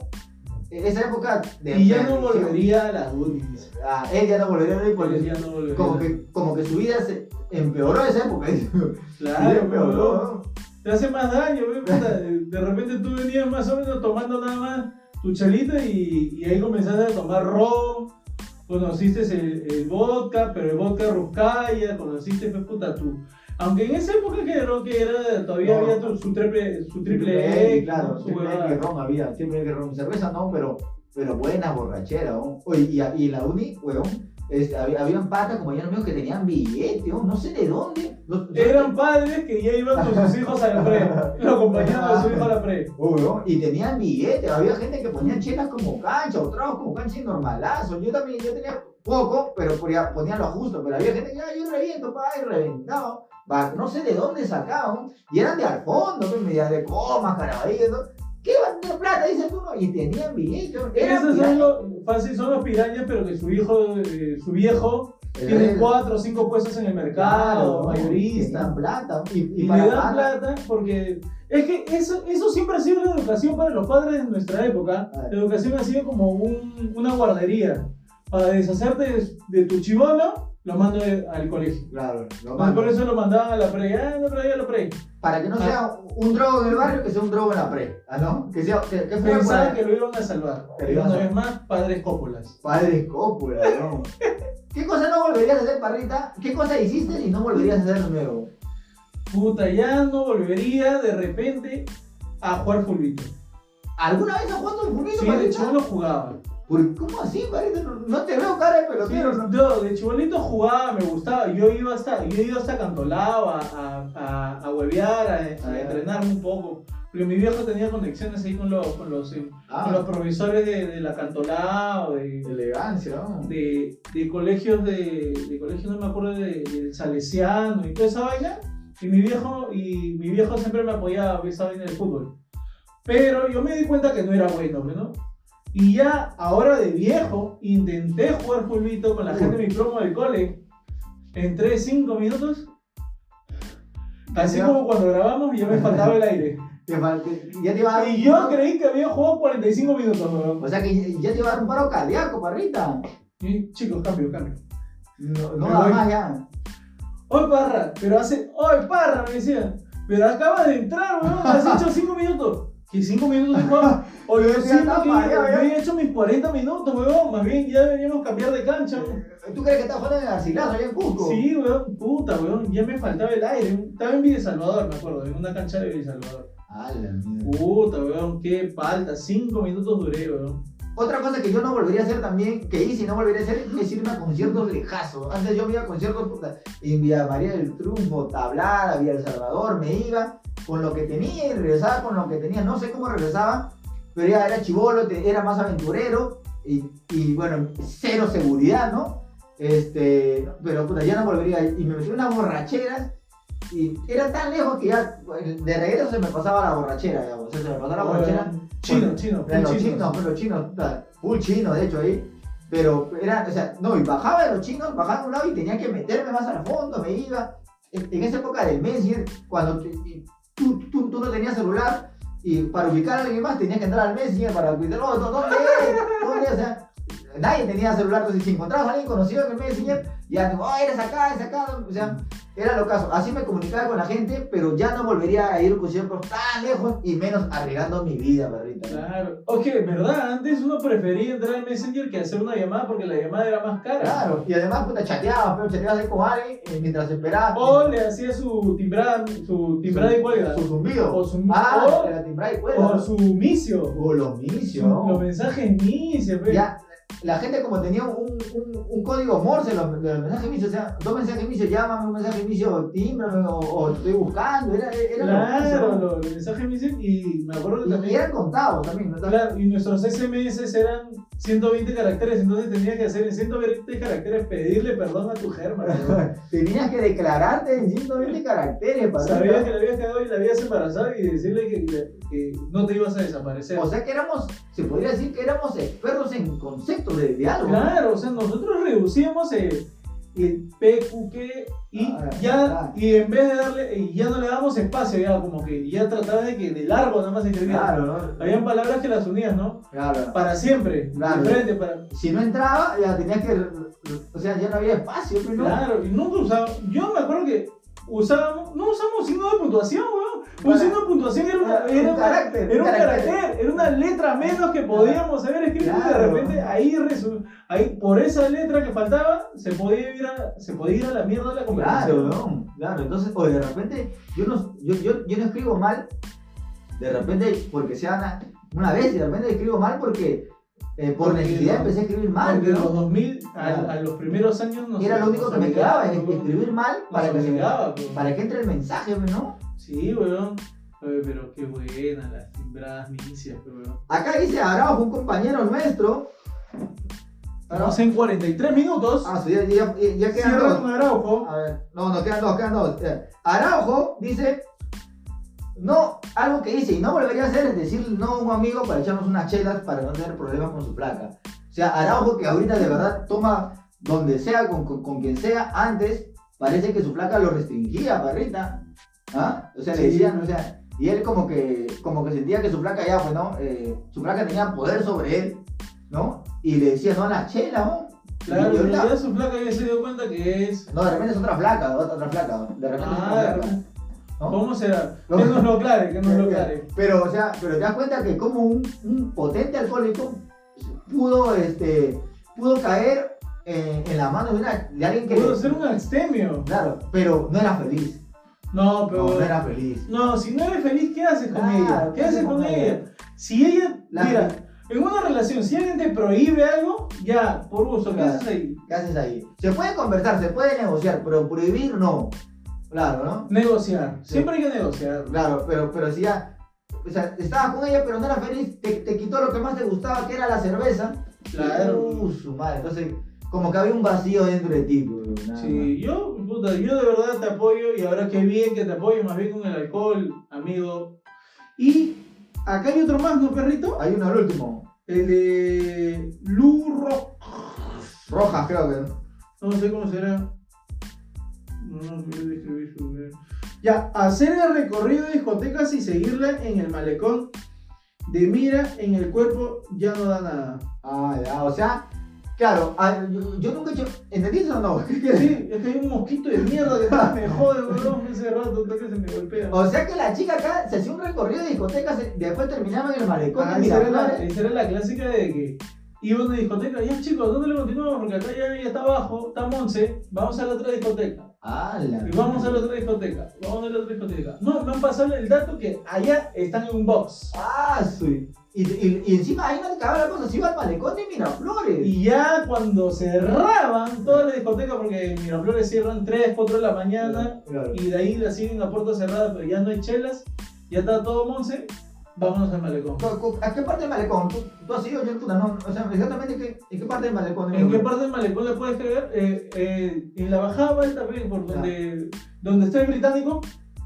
Speaker 1: eh, Esa época de.
Speaker 2: Y ya no
Speaker 1: perdición.
Speaker 2: volvería a las unis.
Speaker 1: Ah, él ya no volvería a ir
Speaker 2: Porque
Speaker 1: porque
Speaker 2: ya no volvería.
Speaker 1: como que, como que su vida se empeoró esa época.
Speaker 2: Claro,
Speaker 1: empeoró.
Speaker 2: pero te hace más daño. ve, puta. De repente tú venías más o menos tomando nada más tu chelita y, y ahí comenzaste a tomar ron. Conociste el, el vodka, pero el vodka ruscaya. Conociste, pues, puta, tú. Aunque en esa época que creo que era, todavía
Speaker 1: No.
Speaker 2: había tu- su triple, su triple
Speaker 1: Triple E,
Speaker 2: X,
Speaker 1: claro,
Speaker 2: su
Speaker 1: siempre
Speaker 2: huevada.
Speaker 1: hay que ron había, siempre hay que ron. Cerveza no, pero, pero buena borrachera, ¿no? Oye, y, a- y la uni, weón, este, había, habían patas, compañeros míos, que tenían billete, weón, no sé de dónde. No-
Speaker 2: Eran padres que ya iban con sus hijos a la pre. Lo acompañaban a su hijo a la pre.
Speaker 1: Oh, weón, y tenían billete, había gente que ponía chelas como cancha, o tragos como cancha y normalazo. Yo también, yo tenía poco, pero ponía, ponía lo justo, pero había gente que, "Ah, yo reviento, pa, y reventado. Va, no sé de dónde sacaban, y eran de al fondo, pues, medias de comas, caraballos, ¿no? ¿Qué va a tener plata? Dice uno, y tenían billetes. Eran
Speaker 2: Esos
Speaker 1: piratas.
Speaker 2: son los, fácil, son los pirañas, pero que su hijo, eh, su viejo Tienen
Speaker 1: Eh,
Speaker 2: cuatro o cinco puestos en el mercado,
Speaker 1: claro, tenían
Speaker 2: mayorista.
Speaker 1: plata. Y, y
Speaker 2: Y le
Speaker 1: para
Speaker 2: dan
Speaker 1: pagar-
Speaker 2: plata porque. Es que eso, eso siempre ha sido la educación para los padres de nuestra época.
Speaker 1: Ah.
Speaker 2: La educación ha sido como un- una guardería. Para deshacerte de, de tu chivolo, lo mando de- al colegio.
Speaker 1: Claro, lo
Speaker 2: Entonces,
Speaker 1: mando.
Speaker 2: por eso lo mandaban a la pre, ah, la pre, la pre.
Speaker 1: Para que no sea un drogo en el barrio, que sea un drogo en la pre. Ah, ¿no? Que sea, que, que fuera
Speaker 2: Pensaban
Speaker 1: para
Speaker 2: que lo iban a salvar.
Speaker 1: Que lo
Speaker 2: Y
Speaker 1: iban a
Speaker 2: una
Speaker 1: salvar.
Speaker 2: vez más, padres cópulas.
Speaker 1: padres cópula, ¿no? ¿Qué cosa no volverías a hacer, parrita? ¿Qué cosa hiciste y no volverías a hacer de nuevo?
Speaker 2: Puta, ya no volvería de repente a jugar fulbito.
Speaker 1: ¿Alguna vez has jugado un fulbito,
Speaker 2: Sí, de
Speaker 1: parrita?
Speaker 2: chivolo jugaba.
Speaker 1: ¿Por- ¿Cómo así, parrita? No- No te veo cara de
Speaker 2: Sí,
Speaker 1: pelotero, ¿no?
Speaker 2: yo de chibolito jugaba, me gustaba. Yo iba hasta, yo iba hasta Cantolao a, a, a, a huevear, a, a
Speaker 1: Ya.
Speaker 2: entrenarme un poco. Porque mi viejo tenía conexiones ahí con los, con los, eh, con los
Speaker 1: Ah,
Speaker 2: profesores de, de la Cantolao, de,
Speaker 1: elegancia, ¿no?
Speaker 2: de, de colegios de, de colegios no me acuerdo de, del Salesiano y toda esa vaina y mi viejo y mi viejo siempre me apoyaba pues, esa vaina del fútbol pero yo me di cuenta que no era bueno pues, ¿no? y ya ahora de viejo intenté jugar fulbito con la gente de mi promo del cole entré cinco minutos así
Speaker 1: Ya.
Speaker 2: como cuando grabamos y ya me faltaba el aire
Speaker 1: Te fal- te- Ya te iba a dar-
Speaker 2: y yo creí que había jugado 45 minutos weón.
Speaker 1: O sea que ya te iba a dar un paro cardíaco, parrita.
Speaker 2: Y, chicos cambio cambio
Speaker 1: No,
Speaker 2: Me
Speaker 1: no da
Speaker 2: voy.
Speaker 1: más ya.
Speaker 2: ¡Oye, Parra! Pero hace. ¡Oye, Parra! Me decían. Pero acabas de entrar, weón. Has hecho 5 minutos. ¿Qué 5 minutos de juego? Oye,
Speaker 1: Ya
Speaker 2: yo siento
Speaker 1: está
Speaker 2: que yo
Speaker 1: mareado, ya.
Speaker 2: había hecho mis 40 minutos, weón. Más bien ya deberíamos cambiar de cancha, weón.
Speaker 1: ¿Tú crees que estás jugando en el Garcilaso allá en Cusco?
Speaker 2: Sí, weón. Puta, weón. Ya me faltaba el aire. Estaba en Villa Salvador, me acuerdo. En una cancha de Villa Salvador.
Speaker 1: A la mierda.
Speaker 2: Puta, weón. Qué falta. 5 minutos duré, weón.
Speaker 1: Otra cosa que yo no volvería a hacer también, que hice y no volvería a hacer, es irme a conciertos lejazos. Antes yo me iba a conciertos puta, en Villa María del Triunfo, Tablada, Villa El Salvador, me iba con lo que tenía y regresaba con lo que tenía. No sé cómo regresaba, pero ya era chivolo, era más aventurero y, y, bueno, cero seguridad, ¿no? Este, pero puta, ya no volvería. Y me metí en unas borracheras y era tan lejos que ya de regreso se me pasaba la borrachera, ya, o sea, se me pasaba la borrachera.
Speaker 2: Weón, Chino, chino,
Speaker 1: De
Speaker 2: full
Speaker 1: los
Speaker 2: chino.
Speaker 1: chinos, pues los chinos, puta, full chino de hecho ahí. Pero era, o sea, no, y bajaba de los chinos, bajaba de un lado y tenía que meterme más al fondo, me iba. En, en esa época del Messenger, cuando te- y tú, tú- tú no tenías celular y para ubicar a alguien más tenías que entrar al Messenger para cuidar, no, no, ¿dónde es? ¿Dónde es?", O sea, nadie tenía celular, entonces si encontrabas a alguien conocido en el Messenger, ya, tipo, oh, eres acá, eres acá, o sea, era lo caso. Así me comunicaba con la gente, pero ya no volvería a ir a un concierto tan lejos y menos arriesgando mi vida, perrita.
Speaker 2: Claro. Ok, ¿verdad? Antes uno prefería entrar al Messenger que hacer una llamada porque la llamada era más cara.
Speaker 1: Claro, y además, puta, chateabas, pero chateabas ahí con alguien eh, mientras esperabas.
Speaker 2: O le hacía su timbrada, su timbrada y cuelga.
Speaker 1: Su zumbido.
Speaker 2: O su,
Speaker 1: ah,
Speaker 2: o-
Speaker 1: la timbrada y
Speaker 2: o,
Speaker 1: cuerda. O,
Speaker 2: su micio.
Speaker 1: los misios.
Speaker 2: Los mensajes pues. misios, pe.
Speaker 1: Ya, la gente como tenía un, un, un código morse, los, los mensajes misios, o sea, dos mensajes misios, llámame, un mensaje misio, tímbrame, o, o te estoy buscando, era, era lo
Speaker 2: Claro,
Speaker 1: mismo.
Speaker 2: los, los mensajes misios. Y me acuerdo que
Speaker 1: Y, y
Speaker 2: también.
Speaker 1: eran contados también, ¿no?
Speaker 2: claro, y nuestros SMS eran 120 caracteres, entonces tenías que hacer en 120 caracteres pedirle perdón a tu germa. pe.
Speaker 1: Tenías que declararte en 120 caracteres para
Speaker 2: Sabías que la habías cagado y la habías embarazado y decirle que, que no te ibas a desaparecer.
Speaker 1: O sea que éramos, se podría decir que éramos expertos en conceptos de diálogo.
Speaker 2: Claro, o sea, nosotros reducíamos el, el PQQ y
Speaker 1: Ah,
Speaker 2: ya,
Speaker 1: claro.
Speaker 2: y en vez de darle, y ya no le damos espacio, ya como que ya trataba de que de largo nada más escribía.
Speaker 1: Claro, ¿no?
Speaker 2: Habían palabras que las unías, ¿no?
Speaker 1: Claro.
Speaker 2: Para siempre,
Speaker 1: Claro.
Speaker 2: de frente, para.
Speaker 1: si no entraba, ya tenías que. O sea, ya no había espacio, pues, ¿no?
Speaker 2: Claro, y nunca usábamos. Yo me acuerdo que usábamos, no usamos signo de puntuación, weón.
Speaker 1: Para-
Speaker 2: Un signo de puntuación era, una-
Speaker 1: para-
Speaker 2: era
Speaker 1: un
Speaker 2: una-
Speaker 1: carácter,
Speaker 2: era un
Speaker 1: un carácter.
Speaker 2: carácter, era una letra menos que podíamos haber escrito y de
Speaker 1: Claro.
Speaker 2: repente ahí, resu- ahí por esa letra que faltaba se podía ir a, se podía ir a la mierda de
Speaker 1: Claro,
Speaker 2: la conversación.
Speaker 1: ¿no? Claro, entonces, o de repente, yo no, yo, yo, yo no escribo mal, de repente, porque sea una, una vez, y de repente escribo mal porque eh, por
Speaker 2: Porque
Speaker 1: necesidad
Speaker 2: no.
Speaker 1: empecé a escribir mal.
Speaker 2: Porque de los
Speaker 1: ¿no?
Speaker 2: 2000 a,
Speaker 1: Claro.
Speaker 2: a los primeros años nos
Speaker 1: Era lo único
Speaker 2: nos
Speaker 1: que me
Speaker 2: obligaba,
Speaker 1: quedaba, es
Speaker 2: weón.
Speaker 1: escribir mal
Speaker 2: Nos
Speaker 1: para que, se me-
Speaker 2: obligaba, weón.
Speaker 1: para que entre el mensaje, ¿no?
Speaker 2: pues. Sí, weón. Oye, pero qué buena las timbradas milicias, weón.
Speaker 1: Acá dice Araujo, un compañero nuestro. Araujo.
Speaker 2: Estamos en 43 minutos.
Speaker 1: Ah, sí, ya, ya, ya quedan
Speaker 2: Cierra
Speaker 1: dos.
Speaker 2: con Araujo.
Speaker 1: A ver, no, nos quedan dos, quedan dos. Eh, Araujo dice, no, algo que hice y no volvería a hacer es decir no a un amigo para echarnos unas chelas para no tener problemas con su placa. O sea, Araujo que ahorita de verdad toma donde sea, con, con- con quien sea, antes parece que su placa lo restringía, barrita. ¿Ah? O sea, le
Speaker 2: Sí.
Speaker 1: decían, o sea, y él como que, como que sentía que su placa ya, pues no, Eh, su placa tenía poder sobre él, ¿no? Y le decía no a las chelas, ¿no?
Speaker 2: Claro,
Speaker 1: Y
Speaker 2: pero
Speaker 1: ahorita-
Speaker 2: ya su flaca ya se dio cuenta que es.
Speaker 1: No, de repente es otra flaca, otra, otra flaca. De repente es otra
Speaker 2: Ah,
Speaker 1: flaca. ¿no?
Speaker 2: ¿Cómo será?
Speaker 1: No.
Speaker 2: Que nos lo aclare, que nos lo aclare.
Speaker 1: Pero, o sea, pero te das cuenta que como un, un potente alcohólico pudo, este, pudo caer en, en la mano de, una, de alguien que...
Speaker 2: Pudo ser un abstemio.
Speaker 1: Claro, pero no era feliz.
Speaker 2: No,
Speaker 1: No, Ah,
Speaker 2: pero.
Speaker 1: no era feliz.
Speaker 2: No, si no eres feliz, ¿qué haces con
Speaker 1: Claro,
Speaker 2: ella? ¿Qué
Speaker 1: ¿qué
Speaker 2: haces
Speaker 1: haces
Speaker 2: con
Speaker 1: con
Speaker 2: ella? Si ella.
Speaker 1: La-
Speaker 2: Mira, en una relación, si alguien te prohíbe algo, ya, por gusto, ¿qué
Speaker 1: Claro.
Speaker 2: haces ahí?
Speaker 1: ¿Qué haces ahí? Se puede conversar, se puede negociar, pero prohibir no. Claro, ¿no?
Speaker 2: Negociar.
Speaker 1: Sí.
Speaker 2: Siempre hay que negociar.
Speaker 1: Claro, pero, pero si ya... O sea, estabas con ella, pero no era feliz. Te, te quitó lo que más te gustaba, que era la cerveza.
Speaker 2: Claro.
Speaker 1: Uh, su madre. Entonces, como que había un vacío dentro de ti. bro, nada
Speaker 2: Sí, yo, puta, yo de verdad te apoyo y ahora qué bien que te apoyo, más bien con el alcohol, amigo. Y acá hay otro más, ¿no, perrito?
Speaker 1: más. Hay uno al último.
Speaker 2: El de Lurro.
Speaker 1: Rojas, creo que. ¿no?
Speaker 2: No sé cómo será. No quiero describir su ver. Ya, hacer el recorrido de discotecas y seguirla en el malecón de mira en el cuerpo ya no da nada.
Speaker 1: Ah, ya, o sea, claro, ah, yo, yo nunca he hecho. ¿Entendiste o no? ¿Qué quiere decir?
Speaker 2: Sí, es que hay un mosquito de mierda que está- me jode, weón, ese rato, hasta que se me golpea.
Speaker 1: O sea que la chica acá se hacía un recorrido de discotecas y después terminaba en el malecón.
Speaker 2: Ah,
Speaker 1: de
Speaker 2: esa, era la,
Speaker 1: Miraflores.
Speaker 2: esa era la clásica de que iba a una discoteca, ya chicos, ¿dónde le continuamos? Porque acá ya, ya está abajo, está Monse, vamos a la otra discoteca.
Speaker 1: ¡Hala!
Speaker 2: Y vamos a la otra discoteca, vamos a la otra discoteca. No, me han pasado el dato que allá están en un box.
Speaker 1: ¡Ah, sí! Y, y, y encima ahí no le acababa la cosa, se iba al malecón de Miraflores.
Speaker 2: Y ya cuando cerraban toda la discoteca, porque en Miraflores cierran 3, 4 de la mañana,
Speaker 1: Claro.
Speaker 2: y de ahí la siguen a puerta cerrada, pero ya no hay chelas, ya está todo Monse, vámonos al malecón.
Speaker 1: Co- co- ¿A qué parte del malecón? ¿Tú, tú has ido, yo puta, no, o sea, exactamente qué, en qué parte del malecón? de
Speaker 2: ¿En qué
Speaker 1: Miraflores?
Speaker 2: parte del malecón le puedes creer? Eh, eh, en la bajada va también, por donde, donde está el británico,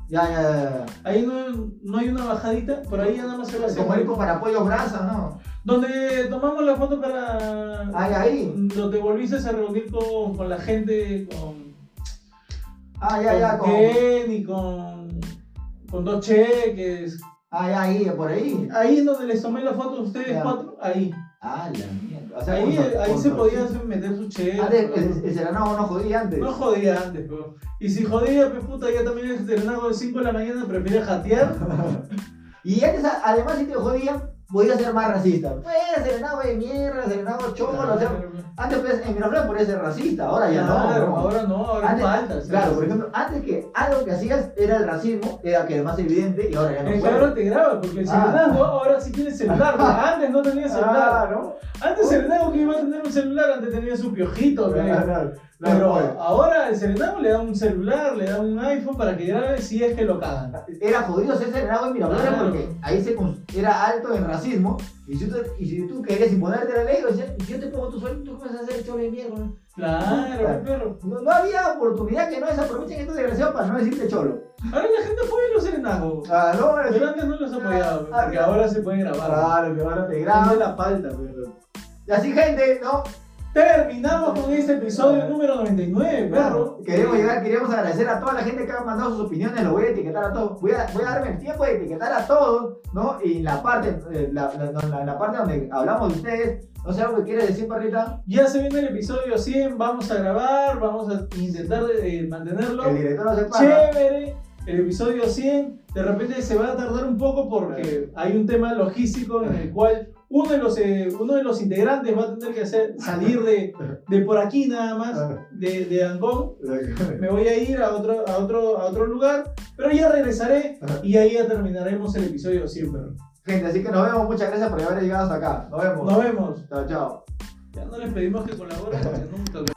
Speaker 1: Ya, ya, ya,
Speaker 2: ahí no, no hay una bajadita, por ahí ya nada más se va
Speaker 1: ya.
Speaker 2: hacia
Speaker 1: Como
Speaker 2: el-
Speaker 1: ir con parapollos brasa, ¿no?
Speaker 2: Donde tomamos la foto para...
Speaker 1: Ahí, ahí.
Speaker 2: Donde volviste a reunir con, con la gente, con,
Speaker 1: Ah, ya, ya,
Speaker 2: con
Speaker 1: con.
Speaker 2: Kenny, con, con dos cheques.
Speaker 1: Ah, ya, ahí, por ahí.
Speaker 2: Ahí es donde les tomé la foto a ustedes
Speaker 1: Ya.
Speaker 2: cuatro, ahí.
Speaker 1: Ah, la mierda. O sea,
Speaker 2: Ahí,
Speaker 1: con-
Speaker 2: ahí
Speaker 1: con- Ah,
Speaker 2: se
Speaker 1: con-
Speaker 2: podían meter sus cheques.
Speaker 1: Antes, el, el Serenado no jodía antes.
Speaker 2: No jodía antes, pero. Y si jodía, pues puta, ya también es entrenado de 5 de la mañana, prefería jatear.
Speaker 1: Y antes, a- además, si te jodían, podías ser más racista. Pues, Serenado de mierda, Serenado cholo. O sea, antes, pues, en Miraflores podías ser racista, ahora ya
Speaker 2: Claro,
Speaker 1: no. ¿no?
Speaker 2: ahora no, ahora
Speaker 1: Antes-
Speaker 2: falta. ¿sí?
Speaker 1: Claro, por ejemplo, antes que algo que hacías era el racismo, era que más evidente y ahora ya no
Speaker 2: Es que
Speaker 1: puedes.
Speaker 2: ahora te graba, porque el
Speaker 1: Ah.
Speaker 2: serenazgo ahora sí tiene celular. ¿no? Antes no tenía celular.
Speaker 1: Ah, ¿no?
Speaker 2: Antes el serenazgo que iba a tener un celular, antes tenía su piojito. ¿no?
Speaker 1: Claro, claro,
Speaker 2: Pero
Speaker 1: claro.
Speaker 2: ahora el serenazgo le da un celular, le da un iPhone para que grabe si es que lo cagan.
Speaker 1: Era jodido ser serenado en Miraflores
Speaker 2: Claro.
Speaker 1: porque ahí se cons- era alto en racismo. Y si, tú, y si tú querías imponerte la ley, decían, yo te pongo tu sueldo y tú comienzas a hacer el cholo de mierda.
Speaker 2: Claro,
Speaker 1: Claro.
Speaker 2: pero.
Speaker 1: No, no había oportunidad que no desaprovechen estos desgraciados para no decirte cholo.
Speaker 2: Ahora la gente apoya los serenazgos.
Speaker 1: Ah, no,
Speaker 2: Pero antes no los apoyaba, porque ahora se puede grabar.
Speaker 1: que van a
Speaker 2: Tiene
Speaker 1: integrar.
Speaker 2: la falta, pero.
Speaker 1: Y así, gente, ¿no?
Speaker 2: Terminamos con este episodio número 99, perro.
Speaker 1: Ah. Queremos llegar, queríamos agradecer a toda la gente que ha mandado sus opiniones, lo voy a etiquetar a todos. Voy a, voy a darme el tiempo de etiquetar a todos, ¿no? Y en la parte, eh, la, la- la- la parte donde hablamos de ustedes, no sé algo que quieres decir, Parrita.
Speaker 2: Ya se viene el episodio 100, vamos a grabar, vamos a intentar eh, mantenerlo
Speaker 1: El director no se para.
Speaker 2: chévere. El episodio 100, de repente se va a tardar un poco porque hay un tema logístico en el cual uno de los, eh, uno de los integrantes va a tener que hacer, salir de, de por aquí nada
Speaker 1: Ah.
Speaker 2: más, de, de Angón, me voy a ir a otro, a otro, a otro lugar, pero ya regresaré
Speaker 1: Ajá.
Speaker 2: y ahí ya terminaremos el episodio siempre.
Speaker 1: Gente, así que nos vemos. Muchas gracias por haber llegado hasta acá. Nos vemos.
Speaker 2: Nos vemos.
Speaker 1: Chao, chao.
Speaker 2: Ya no les pedimos que colaboren porque nunca.